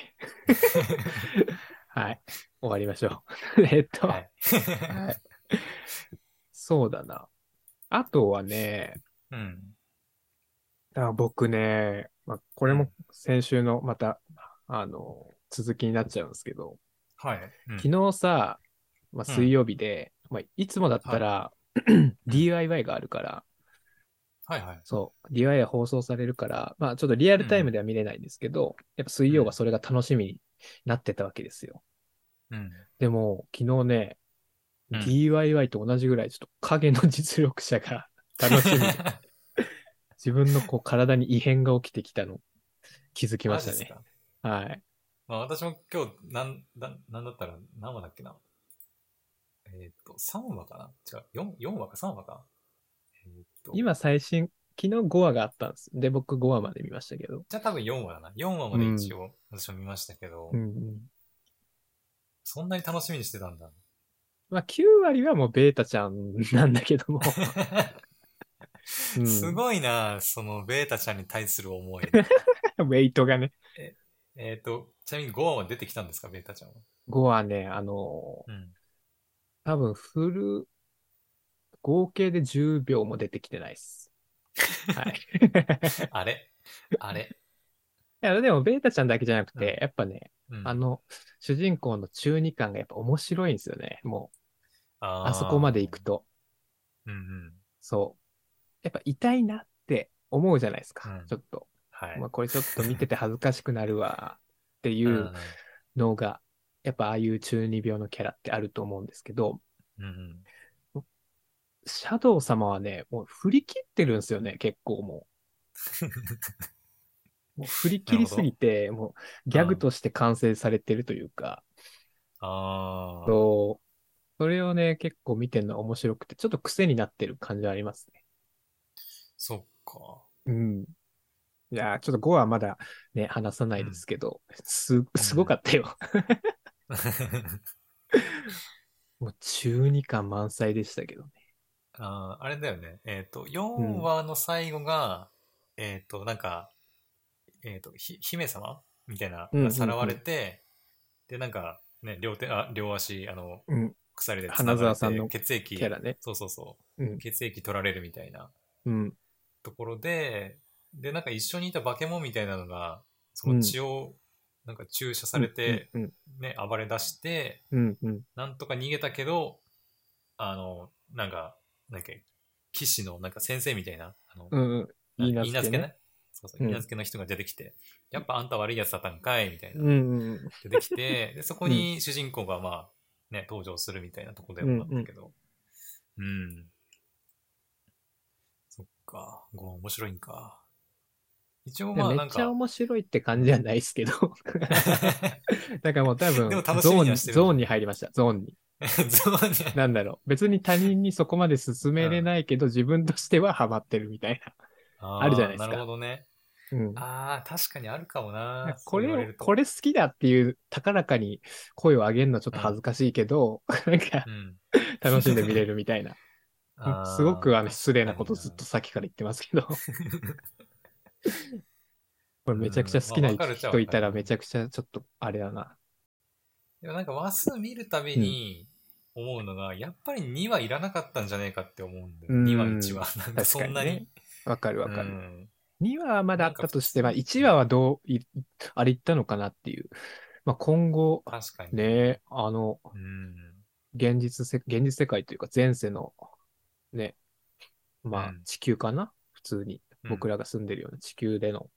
[LAUGHS] はい。終わりましょ [LAUGHS] う。えっと、はい。はいそうだな。あとはね、うん。あ僕ね、まあ、これも先週のまた、あの、続きになっちゃうんですけど、はい。うん昨日さ、まあ、うん水曜日で、まあ、いつもだったら、DIY [CLEARS THROAT] があるから、はいはい。そう、DIY が放送されるから、まあちょっとリアルタイムでは見れないんですけど、やっぱ水曜がそれが楽しみになってたわけですよ。 [LAUGHS] うん。でも、昨日ね、うん DIY と同じぐらいちょっと影の実力者が [LAUGHS] 楽 [LAUGHS] しみで、自分のこう体に異変が起きてきたの気づきましたマジっすね。かはい。まあ私も今日、なん、だ、なんだったら何話だっけな。えーっと、3話かな違う、4、4話か3話か。えーっと、今最新、昨日5話があったんです。で、僕5話まで見ましたけど。じゃあ多分4話だな。4話まで一応、私も見ましたけど、うんうん。そんなに楽しみにしてたんだ。まあ9割はもうベータちゃんなんだけ [LAUGHS] ども。うんすごいな、そのベータちゃんに対する思い。 [LAUGHS] ウェイトがね。えーっと、ちなみに5話は出てきたんですか、ベータちゃんは。 5はね、あのうん。ー多分フル、合計で10秒も出てきてないっす。 [LAUGHS] はい。いあれあれ、や、でも、ベータちゃんだけじゃなくて、うやっぱね、うん、あの、主人公の中二感がやっぱ面白いんですよね。もう、あーあそこまで行く。と、うんうん。そう。やっぱ痛いなって思うじゃないですか。うんちょっと。はい。まあ、これちょっと見てて恥ずかしくなる [LAUGHS] わ、っていうんうのが、やっぱああいう中二病のキャラってあると思うんですけど、うんうん。シャドウ様はね、もう振り切ってるんですよね、結構も [LAUGHS] う。もう振り切りすぎて、もうギャグとして完成されてるというか、ああ。そうそれをね、結構見てるのが面白くて、ちょっと癖になってる感じはありますね。そっか。うん。いやーちょっと5はまだね、話さないですけど、す、すごかったよ。もう中二感満載でしたけどね。あーあれだよね。えっ、と、4話の最後が、えっ、と、なんか、えっ、と、ひ、姫様みたいな、うんうんうんさらわれて、で、なんか、ね、両手、あ、両足、あの、うん、鎖で繋がれ花て澤さんの血液、キャラね。そうそうそうう、ん、血液取られるみたいなうん、ところで、で、なんか一緒にいた化け物みたいなのが、そうのん血を、なんか注射されて、うん、ね、暴れ出して、うん、うん、なんとか逃げたけど、あの、なんか、なんだっけ、騎士の、なんか先生みたいな、あの、うん、うん、な言い名付けね。そうそうう、んいなづけの人が出てきて、やっぱあんた悪いやつだったんかい、みたいな、うん、うん、出てきて、で、そこに主人公がまあ、ね、登場するみたいなとこでもあったけど、うん、そっか、ご飯面白いんか。一応まあめなんっちゃか、面白いって感じじゃないです [LAUGHS] けど。だからもう多分、でもゾ楽しみにーはンしてるゾーンに入りました、ゾーンに。 [LAUGHS] ゾーンになんだろう。別に他人にそこまで進めれないけど、自分としてはハマってるみたいああるじゃないですかーなるほどね。な。うん。ああ、確かにあるかもなんなか。これそう言わをる、とこれ好きだっていう、高らかに声を上げるのちょっと恥ずかしいけど、なんかうん楽しんで見れるみたいな。あーすごくあの確かにな失礼なことずっとさっきから言ってます [LAUGHS] けど。これめちゃくちゃ好きなうんまあわかるっちゃわ人かるいたらめちゃくちゃちょっとあれだな。でもなんか話数見るたびに思うのが、やっぱり2はいらなかったんじゃねえかって思うんだよ。うん2は1は。 [LAUGHS] なんかそんなに。わかるわかうる。ん2話はまだあったとして、まあなんか1話はどうい、あれいったのかなっていう。まあ今後、確かに。ね、あの、うん。現実せ、現実世界というか前世の、ね、まあうん地球かな、普通に。僕ら。らが住んでるような地球での、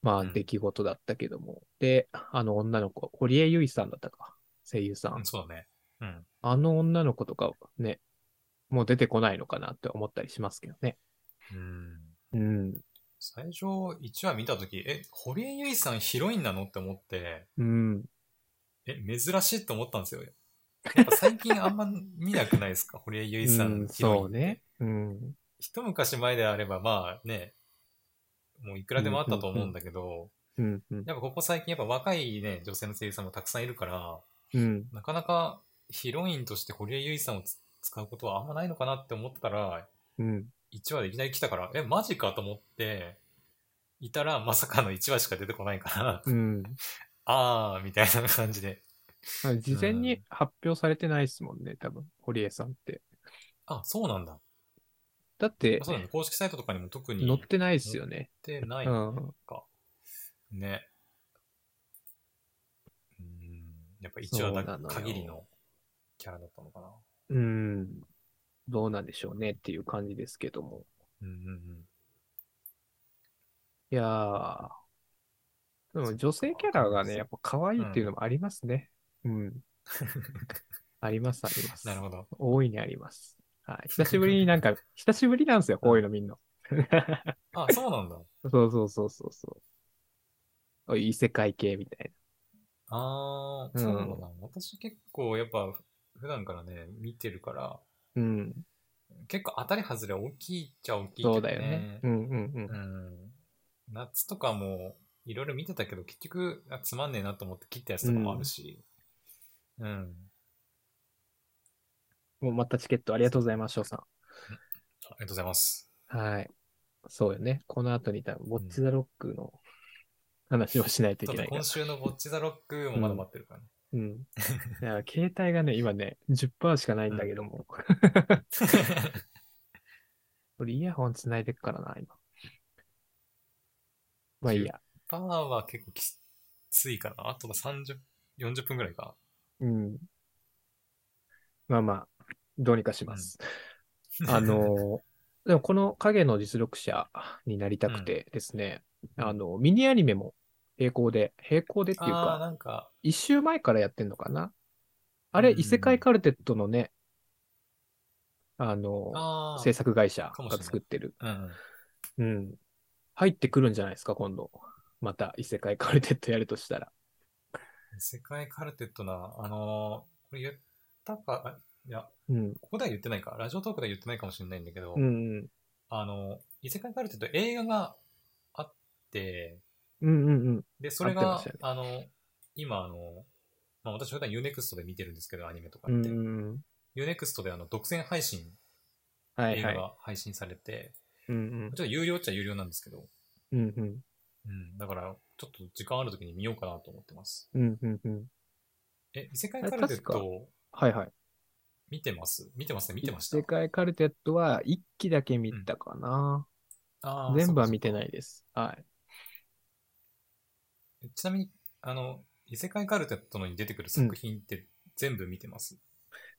まあうん出来事だったけども。で、あの女の子、堀江由衣さんだったか、声優さん。うんそうだね。うん。あの女の子とかね、もう出てこないのかなって思ったりしますけどね。うん。うん。最初1話見たとき、え、堀江由衣さんヒロインなのって思って、うん。え、珍しいって思ったんですよ。やっぱ最近あんま見なくないですか [LAUGHS] 堀江由衣さうんん、ヒロインそっうてね。。うん。一昔前であれば、まあね、もういくらでもあったと思うんだけど、うん。うんやっぱここ最近やっぱ若いね、女性の声優さんもたくさんいるから、うん。なかなかヒロインとして堀江由衣さんをつ使うことはあんまないのかなって思ってたら、うん。 1話でいきなり来たから、え、マジかと思って、いたらまさかの1話しか出てこないから、 [LAUGHS] うん。あーみたいな感じで。まあ事前うにん発表されてないですもんね、多分、堀江さんって。あ、そうなんだ。だってあ、そうなんだ。公式サイトとかにも特に載載っってないですよね。てない。うん。ね。うん。やっぱ1話だ限りのキャラだったのかな。うん。どうなんでしょうねっていう感じですけども。うんうんうん。いやー。でも女性キャラがね、やっぱ可愛いっていうのもありますね。 [LAUGHS] うん。あります、あります。なるほど。大いにあります。はい。久しぶりになん [LAUGHS] か、久しぶりなんですよ、こういうのみんな。あ、そうなんだ。そうそうそうそうそう。異世界系みたいああ、うんそうだな。私結構やっぱ普段からね、見てるから、な。うん。結構当たり外れ大きいっちゃ大きいけどそうだよね。うんうんうんう。ん。夏とかもいろいろ見てたけど、結局あつまんねえなと思って切ったやつとかもあるし。うん。もうまたチケットありがとうございます、翔さありがとうございます。ん。はい。そうよね。この後に多分、ウォッチ・ザ・ロックの話をしないといちょけなっといから今。週のボッチザロックもまだ待って [LAUGHS] るからね。うん。だから携帯がね、今ね、10%しかないんだけども。俺イヤホン繋いでっからな、今。まあいいや。パーは結構きついかな。あとは30、40分ぐらいか。うん。まあまあ、どうにかします。あの、でもこの影の実力者になりたくてですね、うんあの、ミニアニメも並行で、並行でっていう [LAUGHS] ああか、ー、なんか、一周前からやってんのかなあれ、うん異世界カルテットのね、あの、ああ、制作会社かもしれがない作ってる。うんうん。うん。入ってくるんじゃないですか、今度。また異世界カルテットやるとしたら。世界カルテットな、あのーこれ言ったか、あいや、うん。ここでは言ってないか、ラジオトークでは言ってないかもしれないんだけど、うんうん。あのー異世界カルテット映画があって、うんうんうん。で、そあれってまがしたよ、ねあのー今、あのーまあ、私普段 UNEXT で見てるんですけど、アニメとかうっんて。うんうん。 UNEXT であの独占配信、はい映は画い。が配信されて、うんちょっと有料っちゃ有料なんですけど、うん。うんうん。うん、だから、ちょっと時間ある時に見ようかなと思ってます。うんうんうん。え、異世界カルテッあれトはいはい。見てます見てますね見てました世。界カルテットは一期だけ見たかな。あー全部はそうかそうか見てないです。はい。ちなみに、あの、異世界カルテットのに出てくる作品って全部見てます。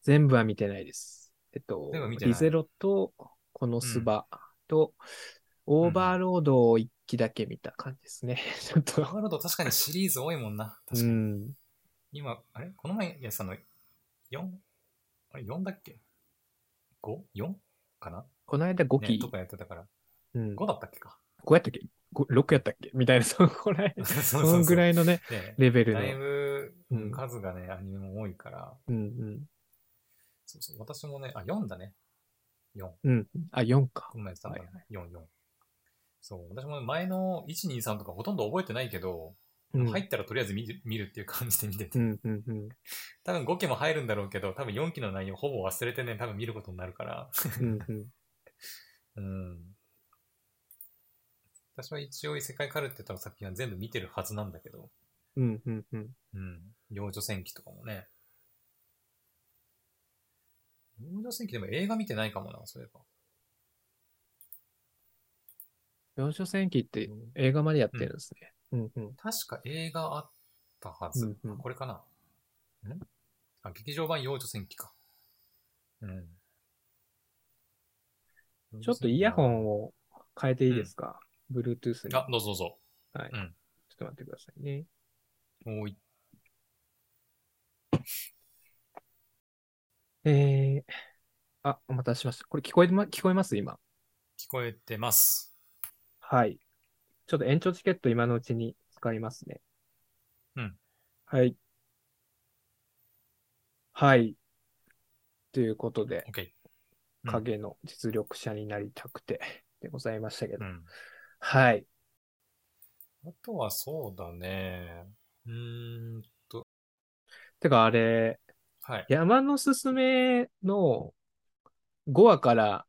全部は見てないです。えっと全部見、てないリゼロと、このスバと、オーバーロードを一期だけ見た感じですね。 [LAUGHS] ちょっワーと。ルド確かにシリーズ多いもんな。確うかに。ん。今、あれこの前やさんの 4? あれ4だっけ ?5?4? かなこの間5ね、期と。かやってたから。うん。 5だったっけか。こうやったっけご6やったっけみたいな、 [LAUGHS] そのぐらい、そそのぐらいいのね、ねレベルだいの。ぶうん数がね、アニメも多いから、うんうん。そうそう、私もね、あ、4だね。4。うん。あ、4かこ。の前やってたんだはい4、4。そう、私もね前の1、2、3とかほとんど覚えてないけど、うん。入ったらとりあえず見る見るっていう感じで見てうて、んうんうん。多分5期も入るんだろうけど、多分4期の内容ほぼ忘れてね、多分見ることになるから、うんうん。うん。私は一応異世界カルテとの作品は全部見てるはずなんだけど、うんうんうん。うん。幼女戦記とかもね。幼女戦記でも映画見てないかもな、そういえば。幼少戦記って映画までやってるんですね。うんうん。確か映画あったはず。うんうんこれかなんあ、劇場版幼女戦記か。うん。ちょっとイヤホを。ンを変えていいですか、?Bluetooth に。あは、どうぞどうぞ。い、うんちょっと待ってくださいね。おい。えー、あ、お待たせしました。これ聞こえ,、ま、聞こえます今。聞こえてます。はい。ちょっと延長チケット今のうちに使いますね。うん。はい。はい。ということで、 OK。うん影の実力者になりたくてでございましたけど。うん。はい。あとはそうだね。うーんと。てかあれ、はい。山のすすめの5話から、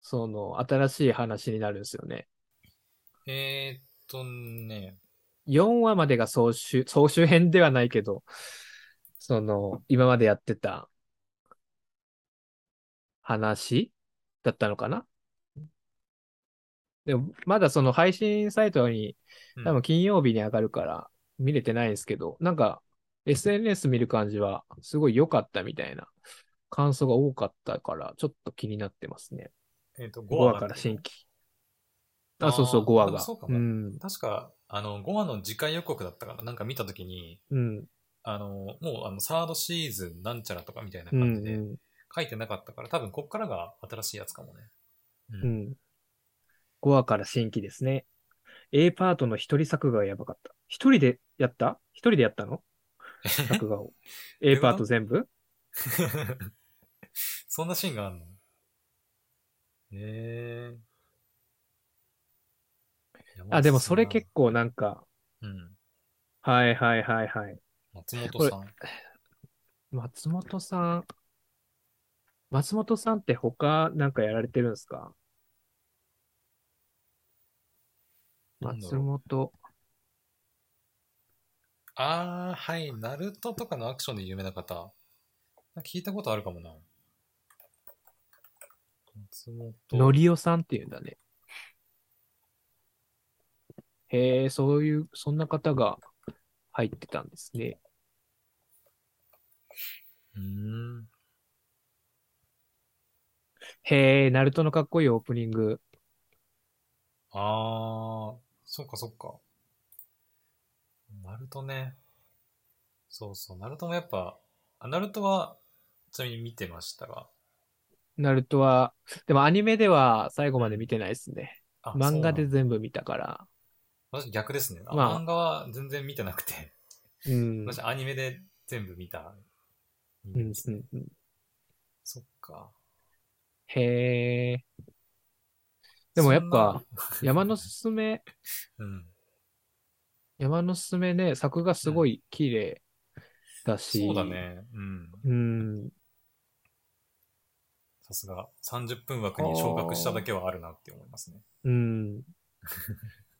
その、新しい話になるんですよね。えー、っとね。 4話までが総集、総集編ではないけど、その、今までやってた話だったのかなでも、まだその配信サイトに、うん多分金曜日に上がるから見れてないんですけど、なんか SNS 見る感じはすごい良かったみたいな感想が多かったから、ちょっと気になってますね。えーっと、 5 5話から新。規。あ、そうそう、あー5話でがも。そうかうもん。確か、あの、5話の次回予告だったかな。なんか見たときに、うん。あの、もうあの、サードシーズンなんちゃらとかみたいなうん。う感じでん。書いてなかったから、多分こっからが新しいやつかもね。う。ん。5話から新規ですね。A パートの一人作画がやばかった。一人でやった一人でやったの [LAUGHS] 作画を。A パート全部 [LAUGHS] そんなシーンがあんのええあ、でもそれ結構なんか、構。うん。はいはいはいはい。松本さん。松本さん。松本さんって他なんかやられてるんですかなんだ松ろう本。ああ、はい。ナルトとかのアクションで有名な方。なんか聞いたことあるかもな。松本。のりおさんっていうんだね。へえ、そういう、そんな方が入ってたんですね。うーん。へえ、ナルトのかっこいいオープニング。ああ、そっかそっか。ナルトね。そうそう、ナルトもやっぱ、あナルトは、ちなみに見てましたが。ナルトは、でもアニメでは最後まで見てないですね。あ漫画でそう全部見たから。なの私逆ですね。あまあ漫画は全然見てなくて、うん。私アニメで全部見た人う間んですうね。んうんそっか。へえ。でもやっぱ、そんな山のすすめ、うん。山のすすめね、作画すごい綺麗だし。そうだ。ね。うん。うん。さすが、30分枠に昇格しただけはあるなって思いますね。うん。だ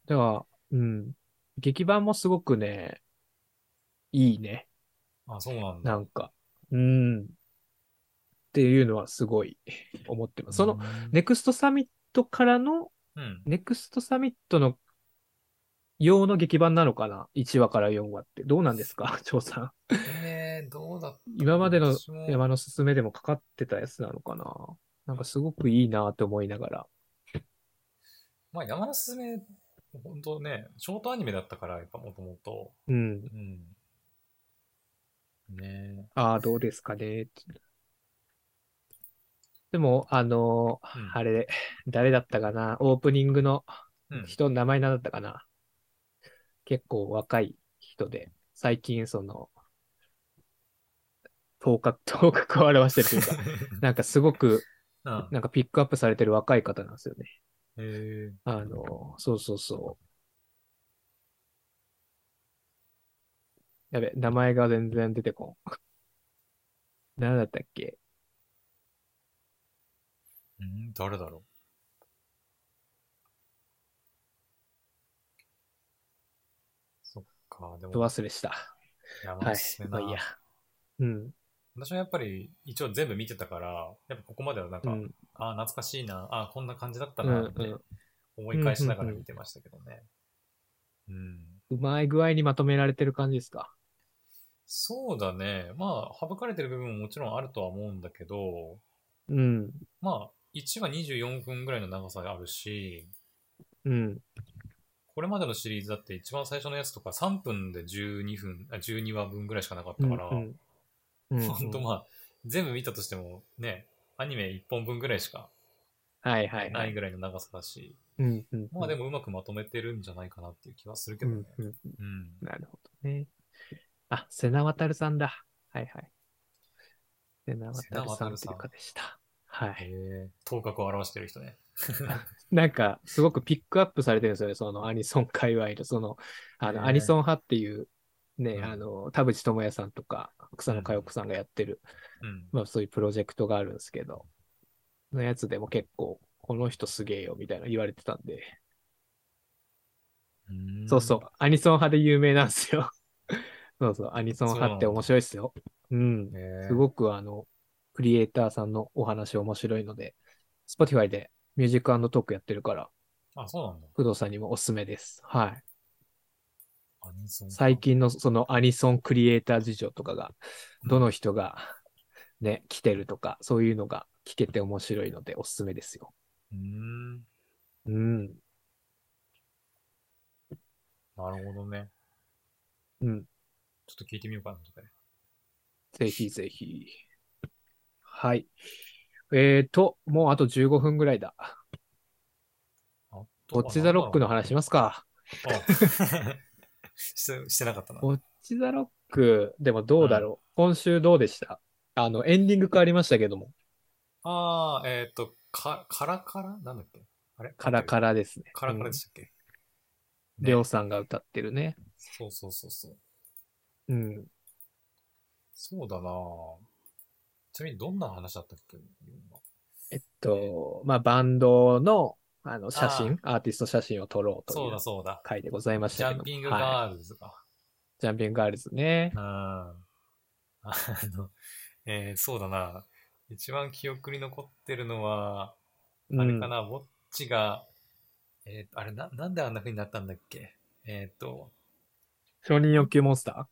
から、うん。劇版もすごくね、いいね。あ、そうなんだ。なんか。うん。っていうのはすごい思ってます。その、うん、ネクストサミットからの、うん。ネクストサミットの用の劇版なのかな ?1 話から4話って。どうなんですか調査。えー、どうだった今までの私も山のすすめでもかかってたやつなのかななんかすごくいいなと思いながら。まあ、山のすすめ、本当ね、ショートアニメだったから、やっぱもともと。うん。うん。ねああ、どうですかね。でも、あのーうんあれ、誰だったかな、オープニングのえ。うん。人の名前なんだったかな。結構若い人で、最近その、頭角、 [LAUGHS] 頭角を表してるというか、なんかすごく、 [LAUGHS] うん。なんかピックアップされてる若い方なんですよね。へえ。あの、そうそうそう。やべ、名前が全然出てこん。 [LAUGHS] 何だったっけうん、誰だろう。そっか、でども、忘れした。いや、まあはいおすすめ。まなあいいや。うん。私はやっぱり、一応全部見てたから、やっぱここまではなんうか、ん。ああ、懐かしいな、ああ、こんな感じだったうな、んっ。うてん。思い返しながら見てましたけどね。うん。うまい具合にまとめられてる感じですか。そうだね。まあ、省かれてる部分ももちろんあるとは思うんだけど、うん。まあ、1話24分ぐらいの長さあるし、うん。これまでのシリーズだって一番最初のやつとか3分で12分、あ12話分ぐらいしかなかったから、うんうん。うんほんとまあ、全部見たとしてもね、アニメ1本分ぐらいしかはいはいはないい。ぐらいの長さだし、うんうん。まあでもうまくまとめてるんじゃないかなっていう気はするけうどんね。うん。うん。なるほどね。あ、瀬名渉さんだ。はいはい。瀬名渉さんという方でした。はへい。え、頭角を表してる人ね。なんか、すごくピックアップされてるんですよね。そのアニソン界隈の、その、あへの、ーアニソン派っていう、ね、うんあの、田淵智也さんとか、草野佳代子さんがやってる、うん。まあそういうプロジェクトがあるんですけど、のやつでも結構、この人すげえよ、みたいな言われてたんで、ーんそうそう。、アニソン派で有名なんですよ。 [LAUGHS] そうそう、アニソン派って面白いですよ。うん。へえすごくあの、クリエイターさんのお話面白いので、Spotify でミュージックトークやってるから、あ、そうなんだ。工藤さんにもおすすめです。はい。アニソンか。最近のそのアニソンクリエイター事情とかが、どの人がね、来てるとか、そういうのが聞けて面白いのでおすすめですよ。うーん。うん。なるほどね。うん。ちょっと聞いてみようかな、とね。ぜひぜひ。はい。えーと、もうあと15分ぐらいだ。あボッチザロックの。話しますか。あ [LAUGHS] してしてなかったな。ボッチザロック、でもどうだろう。今週どうでしたあの、エンディング変わりましたけども、ああ、えっ、と、か、カラカラなんだっけあれカラカラ。ラですね。カラカラうでんしたっけ、ねレオさんが歌ってるね。そうそうそうそう。うん。そうだなぁちなみにどんな話だったっけえっと、まあ、バンドの、あの、写真、アーティスト写真を撮ろうとそういだうそうだ。回でございましジたャけどンも。ピングはいガールズか。ジャンピングガールズねう。ん。あの、えー、そうだな一番記憶に残ってるのは、あれかな、ウォッチが、えー、あれな、なんであんな風になったんだっけえっ、と、承認欲求モンスタ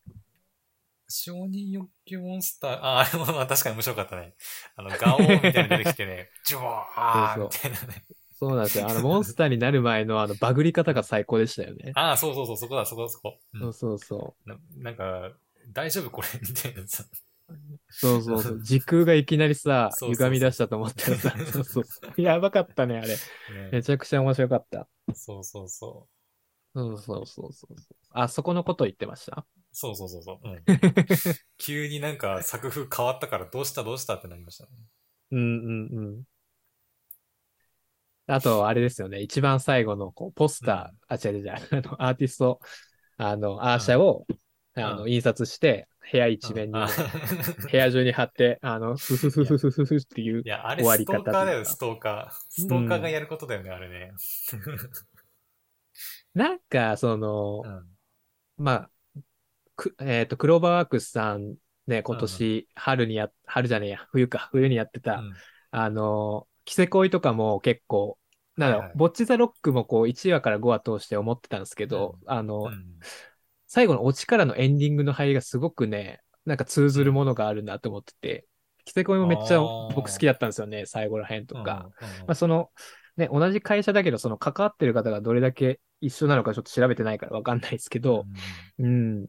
承認欲求モンスター、あ、あれもまあ [LAUGHS] 確かに面白かったね。あの、ガオーみたいに出てき [LAUGHS] てね、ジョワーみたいなね。ーそうなんですよ。あの、モンスターになる前のあの、バグり方が最高でしたよね。 [LAUGHS] [LAUGHS] ああ、そうそうそう、そこだ、そこだ、そこ。う、そうんそうそう。ななんか、大丈夫これみたいなさ。そうそうそう。 [LAUGHS] 時空がいきなりさ、そうそうそ歪うみ出したと思ったら [LAUGHS] さ、そうそうそう。やばかったね、あれ。めね、ちゃくちゃ面白かった。そうそうそう。そうそうそうそう。あそこのこと言ってましたそうそうそうそう。うん [LAUGHS] 急になんか作風変わったから、どうしたどうしたってなりましたね。うんうんうん。あと、あれですよね。一番最後のこうポスター、あ、違う違う違う、あの、アーティスト、あの、アーシャを、んあの、印刷して、部屋一面に、あ [LAUGHS] 部屋中に貼って、あ [LAUGHS] の、ふふふふふふふっていうい、や、あれ終わスりト方ーカーだというよ、かストーカー。ストーカーがやることだよね、あれね。なんか、そのう、ん。まあ、く、えっと、クローバーワークスさん、ね、今年、春にや、春じゃねえや、冬か、冬にやってた、うんあの、キセコイとかも結構、なんだろはいうは、いボッチザロックもこう1話から5話通して思ってたんですけど、あの、うん最後のオチからのエンディングの入りがすごくね、なんか通ずるものがあるなと思ってて、キセコイもめっちゃあー僕好きだったんですよね、最後ら辺とか。うんうんうんまあ、その、ね、同じ会社だけど、その関わってる方がどれだけ一緒なのかちょっと調べてないからわかんないですけど、うん。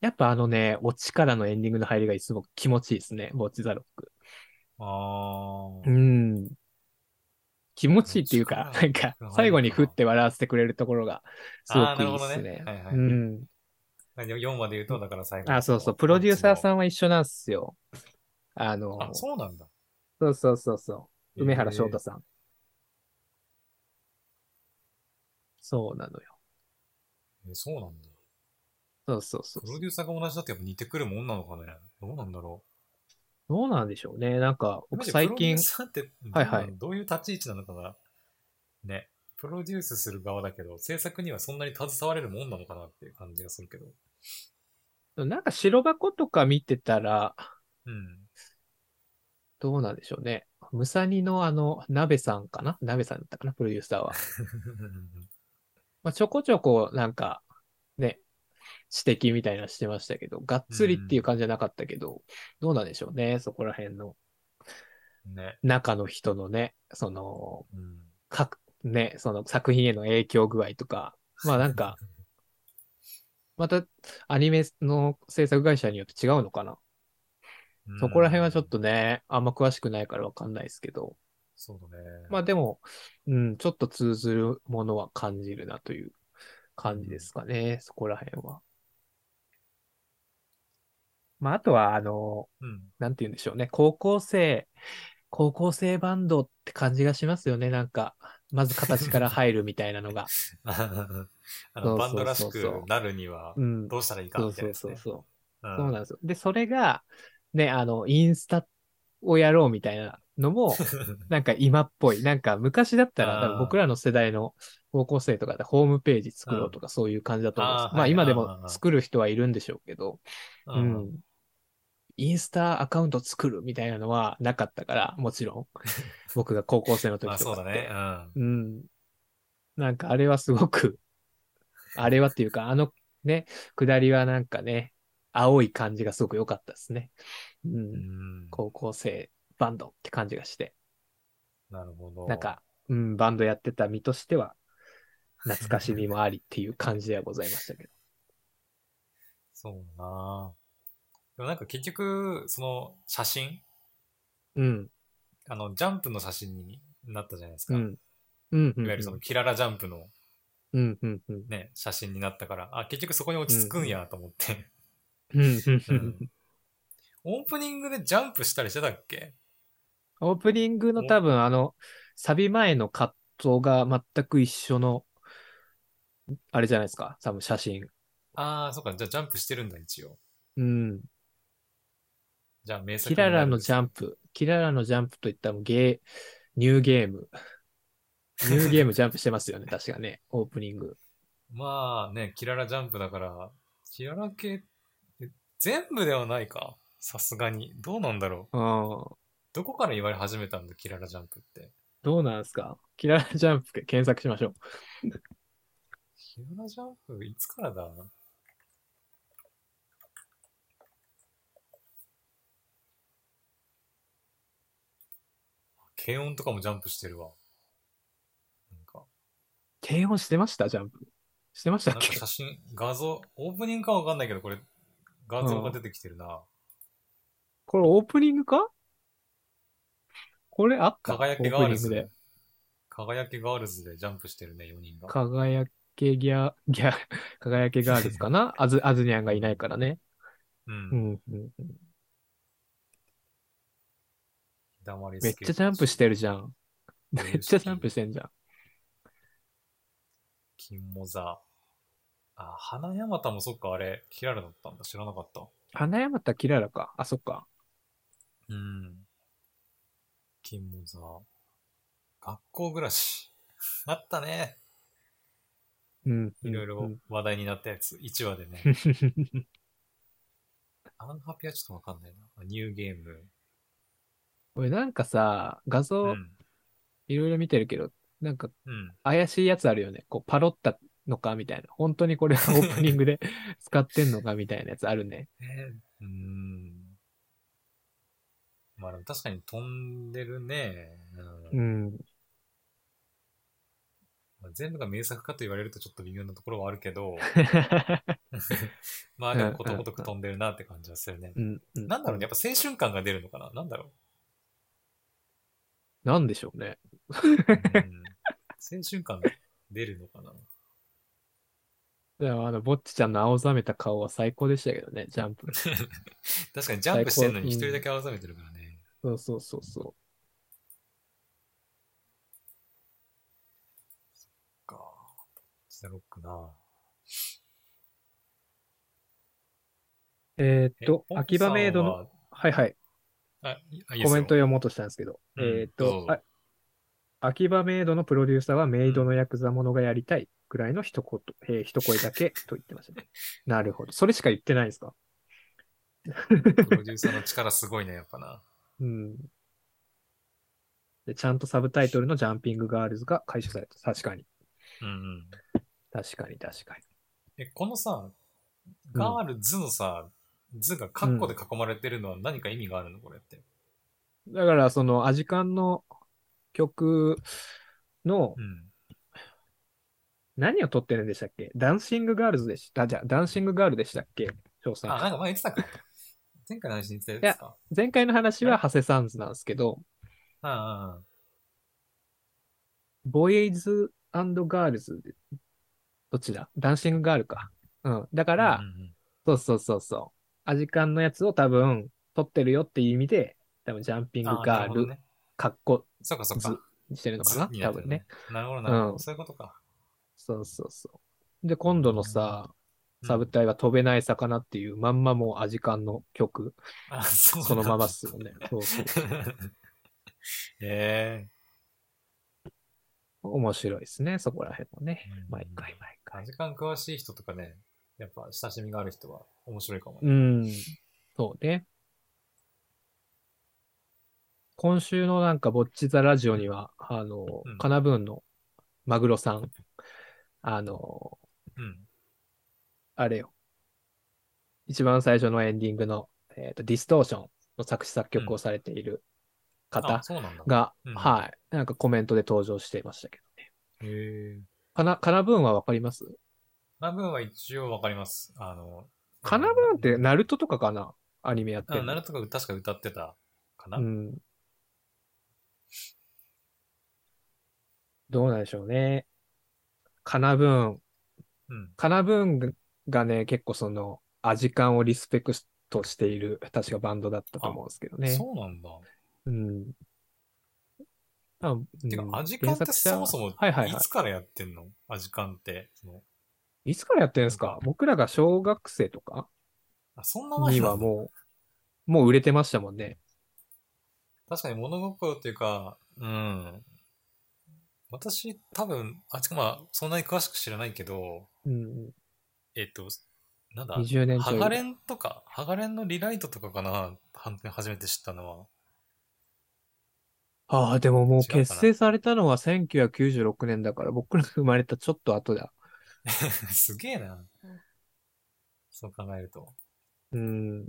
やっぱあのね、オチからのエンディングの入りがいつも気持ちいいですね、ボッチザロック。ああう。ん。気持ちいいっていうか、力なんかが入るのかな最後にふって笑わせてくれるところがすごあーくないるいほでどねすね。はいはいうん。 4話で言うと、だから最後。あ、そうそう、プロデューサーさんは一緒なんですよ。あの、あ、そうなんだ。そうそうそうそう。梅原翔太さん。そうなのよ。えーそうなんだ。そうそうそうプそうロ。デューサーが同じだとやっぱ似てくるもんなのかね。どうなんだろどうなんでしょうね。なんか、う。僕最プロデ近ュー、サーって、 [LAUGHS] はいはいどういう立ち位置なのかな。ね。プロデュースする側だけど、制作にはそんなに携われるもんなのかなっていう感じがするけど。なんか白箱とか見てたら、うん。 [LAUGHS] どうなんでしょうね。ムサニのあの、鍋さんかな鍋さんだったかなプロデューサーは。まあ、ちょこちょこ、なんか、ね、指摘みたいなのしてましたけど、がっつりっていう感じじゃなかったけど、どうなんでしょうね。そこら辺のね。中の人のね、その、うん。各、ね、その作品への影響具合とか、まあなんか、またアニメの制作会社によって違うのかな。そこら辺はちょっとうん。ね、あんま詳しくないからわかんないですけど、そうだね。まあでも、うん、ちょっと通ずるものは感じるなという感じですかね、そこら辺は。まああとは、あの、うん。 [LAUGHS] なんて言うんでしょうね、高校生、高校生バンドって感じがしますよね、なんか。まず形から入るみたいなの [LAUGHS] が。あそうそうそうそうのバンドらしくなるにはうん。どうしたらいいかそみうたいなそうやつそうね。そう。うんそうなんですよ。で、それが、ね、あの、インスタをやろうみたいなの [LAUGHS] も、なんか今っぽい。なんか昔だったら、あー多分僕らの世代の高校生とかでホームページ作ろうとかそういう感じだと思うんですあーまあはい今であーあーもあー作る人はいるんでしょうけど、ううんん。インスタアカウント作るみたいなのはなかったから、もちろん。 [LAUGHS] 僕が高校生の時とかまあって。そうだね。うん。うん。なんかあれはすごく、 [LAUGHS] あれはっていうか、あのね、下りはなんかね、青い感じがすごく良かったですね。うん。うん高校生バンドって感じがして、なるほど。なんか、うん、バンドやってた身としては、懐かしみもありっていう感じではございましたけど。そうだなでもなんか結局、その写真、うん、あの、ジャンプの写真になったじゃないですうか。ん。うん、うん。いわゆるそのキララジャンプのうん、うん、うん。ね、写真になったから、あ、結局そこに落ち着くんやと思って。うんうんううんんオープニングでジャンプしたりしてたっけオープニングの多分あの、サビ前のカットが全く一緒の、あれじゃないですか、多分写真。ああ、そうか、じゃあジャンプしてるんだ、一応。うん。じゃあ名作キララのジャンンプ。キララのジャンプといったらもうゲー、ニューゲーム。ニューゲームジャンプしてますよ [LAUGHS] ね、確かね、オープニング。プ。まあね、キララジャンプだから、キララ系、え全部ではないか。さすがに。どうなんだろう。うん。どこから言われ始めたんだ、キララジャンプって。どうなんですかキララジャンプ検索しましょう。キララジャンプ、いつからだ軽音とかもジャンプしてるわ。なんか、軽音してましたジャンプ。してましたなっんかけ写真、画像、オープニングかわかんないけど、これ、画像が出てきてるな。これオープニングかこれあった輝オけーガープニルングズでで。。輝けガールズでジャンプしてるね、4人が。輝けギャ、ギャ、 [LAUGHS] 輝けガールズか [LAUGHS] なあず、あずにゃんがいないからね。う。うんん、うんうん。ひだまりめっスケちゃジャンプしてるじゃん。めっちゃジャンプしてんじゃん。金モザ。あ、花山田もそっか、あれ、キララだったんだ。知らなかった。花山田キララか。あ、そっか。うん。金モザ。学校暮らし。 [LAUGHS] あったね。うん。いろいうんろうん [LAUGHS] 話題になったやつ。1話でね。アンハピはちょっとわかんないな。ニューゲーム。俺なんかさ、画う像ん。いろいろ見てるけど、なんかうん。怪しいやつあるよね。こう、パロったのかみたいな。本当にこれ [LAUGHS] はオープニングで使ってんのかみたいなやつあるね。えー、うーん。まあでも確かに飛んでるね。うんうん。まあ全部が名作かと言われるとちょっと微妙なところはあるけ [LAUGHS] ど、まあでもことごとく飛んでるなって感じはするねう。ん。うんなんだろうね、やっぱ青春感が出るのかななんだろなんでしょうね。うん青春感出るのかなでもあの、ぼっちちゃんの青ざめた顔は最高でしたけどね、ジャンプ。確かにジャンプしてるのに一人だけ青ざめてるからね。そうそうそうそか。スタロックな。う。えーっえと、ポン秋葉メイドさんの、は。はいはい、あ、いあいいですよコメント読もうとしたんですけど、うんえーっどうとぞ、あ秋葉メイドのプロデューサーはメイドのヤクザものがやりたいぐらいの一言、えー一声だけと言ってました [LAUGHS] ね。なるほど。それしか言ってないんですかプロデューサーの力すごいね、やっ [LAUGHS] ぱな。うん。で、ちゃんとサブタイトルのジャンピングガールズが解消された。確かに。うんうん。確かに、確かに。え、このさ、ガールズのさ、図がカッコで囲まれてるのは何か意味があるのこれって。だから、その、アジカンの曲のうん。何を撮ってるんでしたっけダンシングガールズでした。じゃあ、ダンシングガールズでしたっけ翔さあ、なんん。か前言ってたか。前回の話に言ってたやつか。前回の話は、ハセサンズなんですけど、うんうんうん。ボーイズガールズ、どっちだダンシングガールか。うん。だか、からそうそうそうそう。アジカンのやつを多分、撮ってるよっていう意味で、多分、ジャンピングあ、なガるーほどル、ね。かっこそうかそうずか。にしてるのか図なにな多ってる分ね。。なるほどなるほうど。んそういうことか。そうそうそう。で、今度のさ、うんサブ隊は飛べない魚っていうまんまもうアジカンの曲、あ、そうそのままっすす。よね。そうそう。 [LAUGHS] え面白いですね、そこら辺もえね。毎回毎短回。時間詳しい人とかね、やっぱ親しみがある人は面白いかもうね。ん。そうね。今週のなんか、ぼっちザラジオには、あのうん、カナブーンのマグロさん、あの、うん。あれよ。一番最初のエンディングの、えっ、と、ディストーションの作詞作曲をされているあ、方そうなんだ。が、うんはい。なんかコメントで登場していましたけどね。へえ。かな、かなぶんはわかりますカナブーンは一応わかります。あの、かなぶんって、ナルトとかかなアニメやってあるナの。ルトが確か歌ってたかな。うん。どうなんでしょうね。かなぶん。うん。かなぶんがね、結構その、アジカンをリスペクトしている、確かバンドだったと思うんですけどね。そうなんだ。うん。あ、てかう、んアジカンって原作者そもそも、はいはいいはいつからやってんのアジカンって。そのいつからやってるんですか僕らが小学生とかあ、そんな前になはんだ。もう、もう売れてましたもんね。確かに物心っていうか、うん。私、多分、あ、ちかまあ、そんなに詳しく知らないけど、うん。えっと、なんだ、 20年ちハょいガレンとか、ハガレンのリライトとかかな、は初めて知ったのは。 [LAUGHS] ああ、でももう違うかな結成されたのは1996年だから、僕らが生まれたちょっと後だ。すげえな。そう考えると。うん。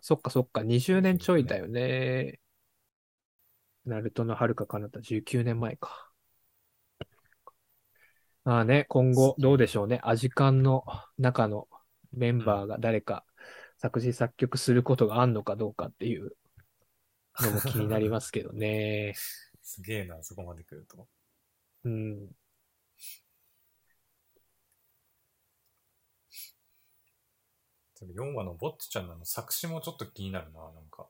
そっかそっか、20年ちょいだよね。ナルトの遥か彼方、19年前か。まあね、今後どうでしょうね。アジカンの中のメンバーが誰か作詞作曲することがあんのかどうかっていうのも気になりますけど [LAUGHS] ね。すげえな、そこまで来ると。うん。でも4話のぼっちちゃんのあの作詞もちょっと気になるな、なんか。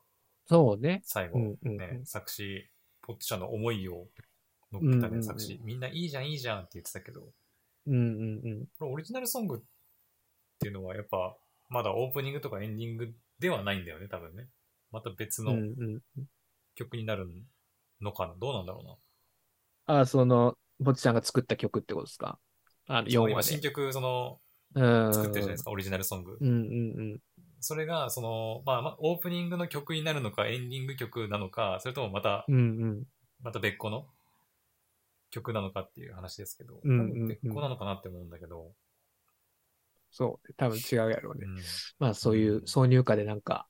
そうね。最後、うんうんうんね、作詞、ぼっちちゃんの思いを乗っけうんたね、うんうん作詞。みんないいじゃん、いいじゃんって言ってたけど、こうんうんうん。れオリジナルソングっていうのはやっぱ、まだオープニングとかエンディングではないんだよね、多分ね。またう別んのうん曲になるのかな、どうなんだろうな。あ、その、ぼっちちゃんが作った曲ってことですかあの、4今話新で。曲、その、うん。作ってるじゃないですか、オリジナルソング。うんうんそれが、その、まあまあ、オープニングの曲になるのか、エンディング曲なのか、それともまたうん。うんうん。また別個の曲なのかっていう話ですけど、うんうんうん多分別個なのかなって思うんだけど、そう。多分違うやろうね。うんまあそういう挿入歌でなんか、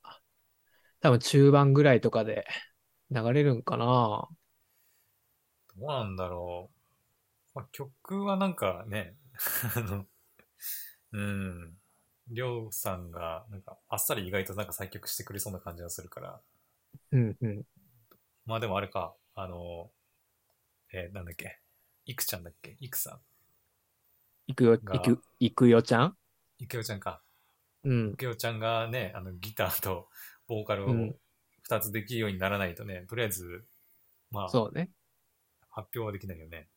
多分中盤ぐらいとかで流れるんかな。どうなんだろう。まあ、曲はなんかね、 [LAUGHS] あの、うん、りょうさんが、なんか、あっさり意外となんか作曲してくれそうな感じがするから、うんうん。まあでもあれか、あの、えーなんだっけ、いくちゃんだっけ、いくさん、いくよ、いがく、いくよちゃんいくよちゃんか、うんい。くよちゃんがね、あのギターとボーカルうをん2つできるようにならないとね、とりあえず、まあ、発そうね。表はできないよね。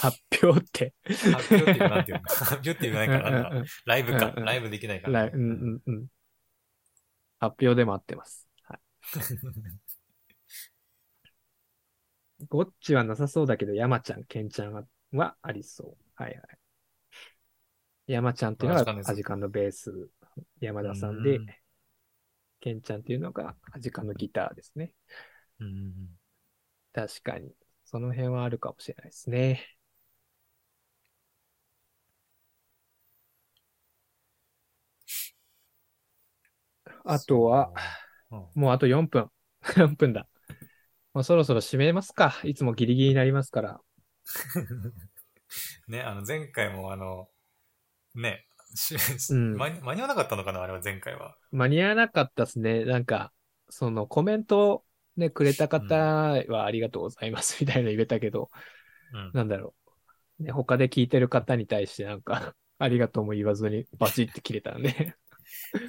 発表って。発表っていうか、なんていうの発表っていうかないから、な [LAUGHS] んうんうかんライブかう、んうんライブできないかうんららい。うんうんうん発表でも合ってます。はいゴッチはなさそうだけど、山ちゃん、ケンちゃんははありそう。はいはい。山ちゃんっていうのアジカがンですアジカンのベース、山田さんでうん、ケンちゃんっていうのがアジカンのギターですね。うんうんうん確かに。その辺はあるかもしれないですね。あとは、そううんもうあと4分。4分 [LAUGHS] だ。もうそろそろ締めますか。いつもギリギリになりますから。ね、あの前回もあの、ね、しうん間に間に合わなかったのかな、あれは前回は。間に合わなかったですね。なんか、そのコメントをね、くれた方はありがとうございます [LAUGHS] みたいなの言えたけど、うんなんだろう。ね、他で聞いてる方に対してなんか、 [LAUGHS] ありがとうも言わずにバチって切れたんで。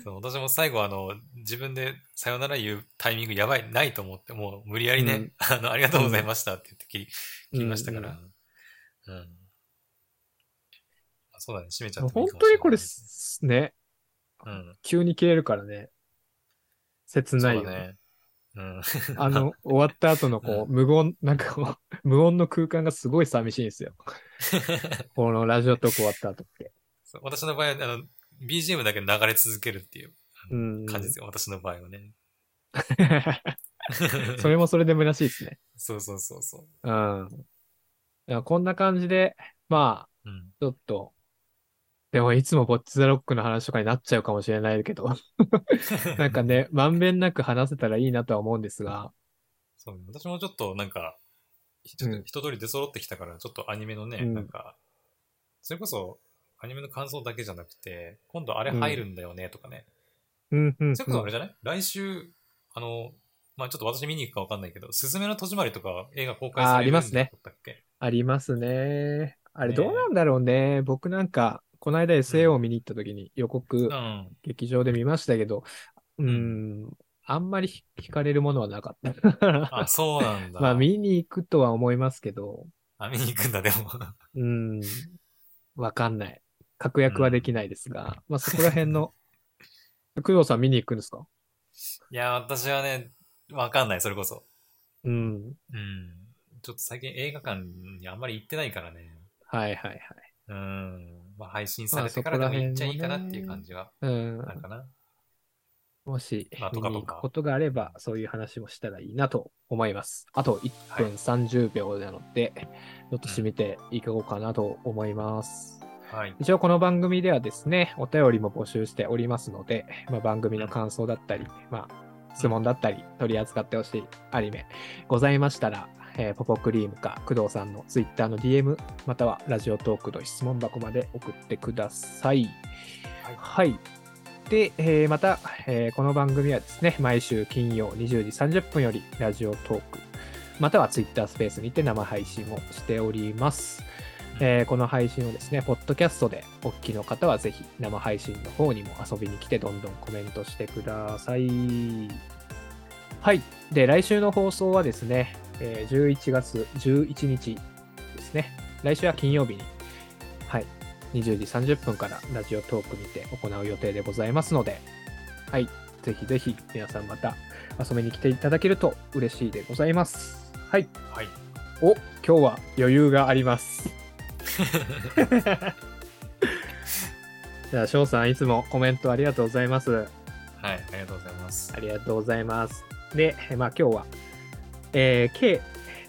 そう私も最後あの、自分でさよなら言うタイミングやばい、ないと思って、もう無理やりね、うんあの、ありがとうございましたって言って切 [LAUGHS] り切りましたから。ううんうんんまあそうだね、閉めちゃってもい本いかも当しにれこれないねす、ね、うん、急に切れるからね。切ないよそうだね。ね。うん。 [LAUGHS] あの、終わった後のこう、無言、なんかこう、 [LAUGHS] 無音の空間がすごい寂しいん [LAUGHS] ですよ。このラジオトーク終わった後って。そう私の場合は、あの、BGM だけ流れ続けるっていううん。感じですよ、私の場合はね。 [LAUGHS] それもそれで虚しいですね。そうそうそうそうん。いやこんな感じで、まあ、う。うん。ちょっと、でもいつもボッチザロックの話とかになっちゃうかもしれないけ [LAUGHS] ど、なんかね、まんべんなく話せたらいいなとは思うんですが、 [LAUGHS] そうね私もちょっとなんか、ひうちんょっと一通り出揃ってきたから、ちょっとアニメのね、うんなんか、それこそアニメの感想だけじゃなくて、今度あれ入るんだよねとかね。うん、うん、それこそあれじゃない、来週、あの、まあちょっと私見に行くかわかんないけど、すずめの戸締まりとか映画公開あーさあれりるんますねだったっけありますね。あれねどうなんだろうね。僕なんか、この間 SAO を見に行った時に予告う、ん。劇場で見ましたけど、う、うんあんまり惹かれるものはなかった。 [LAUGHS] あ、そうなんだ。まあ、見に行くとは思いますけど、あ見に行くんだ、でも。うん、わかんない。確約はできないですが、まあそこら辺 [LAUGHS] の、工藤さん見に行くんですかいや、私はね、わかんない、それこそ。うん。うん。ちょっと最近映画館にあんまり行ってないからね。はいはいはい。うん。まあ、配信まさあれてからでもそこら辺もね行っちゃいいかなっていう感じはうんあ。るかな。もしまあ、見とかにと行くかことがあれば、そういう話もしたらいいなと思います。あと1は分い30秒なので、ちょっと締めていこうかなと思います。はい。一応この番組ではですね、お便りも募集しておりますので、まあ、番組の感想だったり、まあ、質問だったり、取り扱ってほしいアニメございましたら、えーポポクリームか工藤さんの Twitter の DM、またはラジオトークの質問箱まで送ってください。はい。で、えーまた、えーこの番組はですね、毎週金曜20時30分よりラジオトーク、または Twitter スペースにて生配信をしております。えーこの配信をですね、ポッドキャストでお聞きの方はぜひ生配信の方にも遊びに来てどんどんコメントしてください。はい。で、来週の放送はですね、えー11月11日ですね。来週は金曜日に、はい、20時30分からラジオトークにて行う予定でございますので、はい。ぜひぜひ皆さんまた遊びに来ていただけると嬉しいでございます。はい。はい。お、今日は余裕があります。じゃあ、翔さん、いつもコメントありがとうございます。はい。ありがとうございますあ。りがとうございます。で、えまあ、今日は、えー計、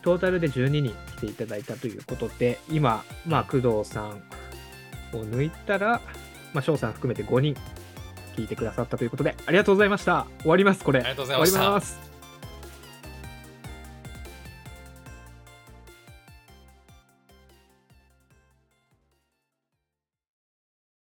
トータルで12人来ていただいたということで、今、まあ、工藤さんを抜いたら、まあ、翔さん含めて5人聞いてくださったということで、ありがとうございました。終わります、これ。ありがとうございました終わります。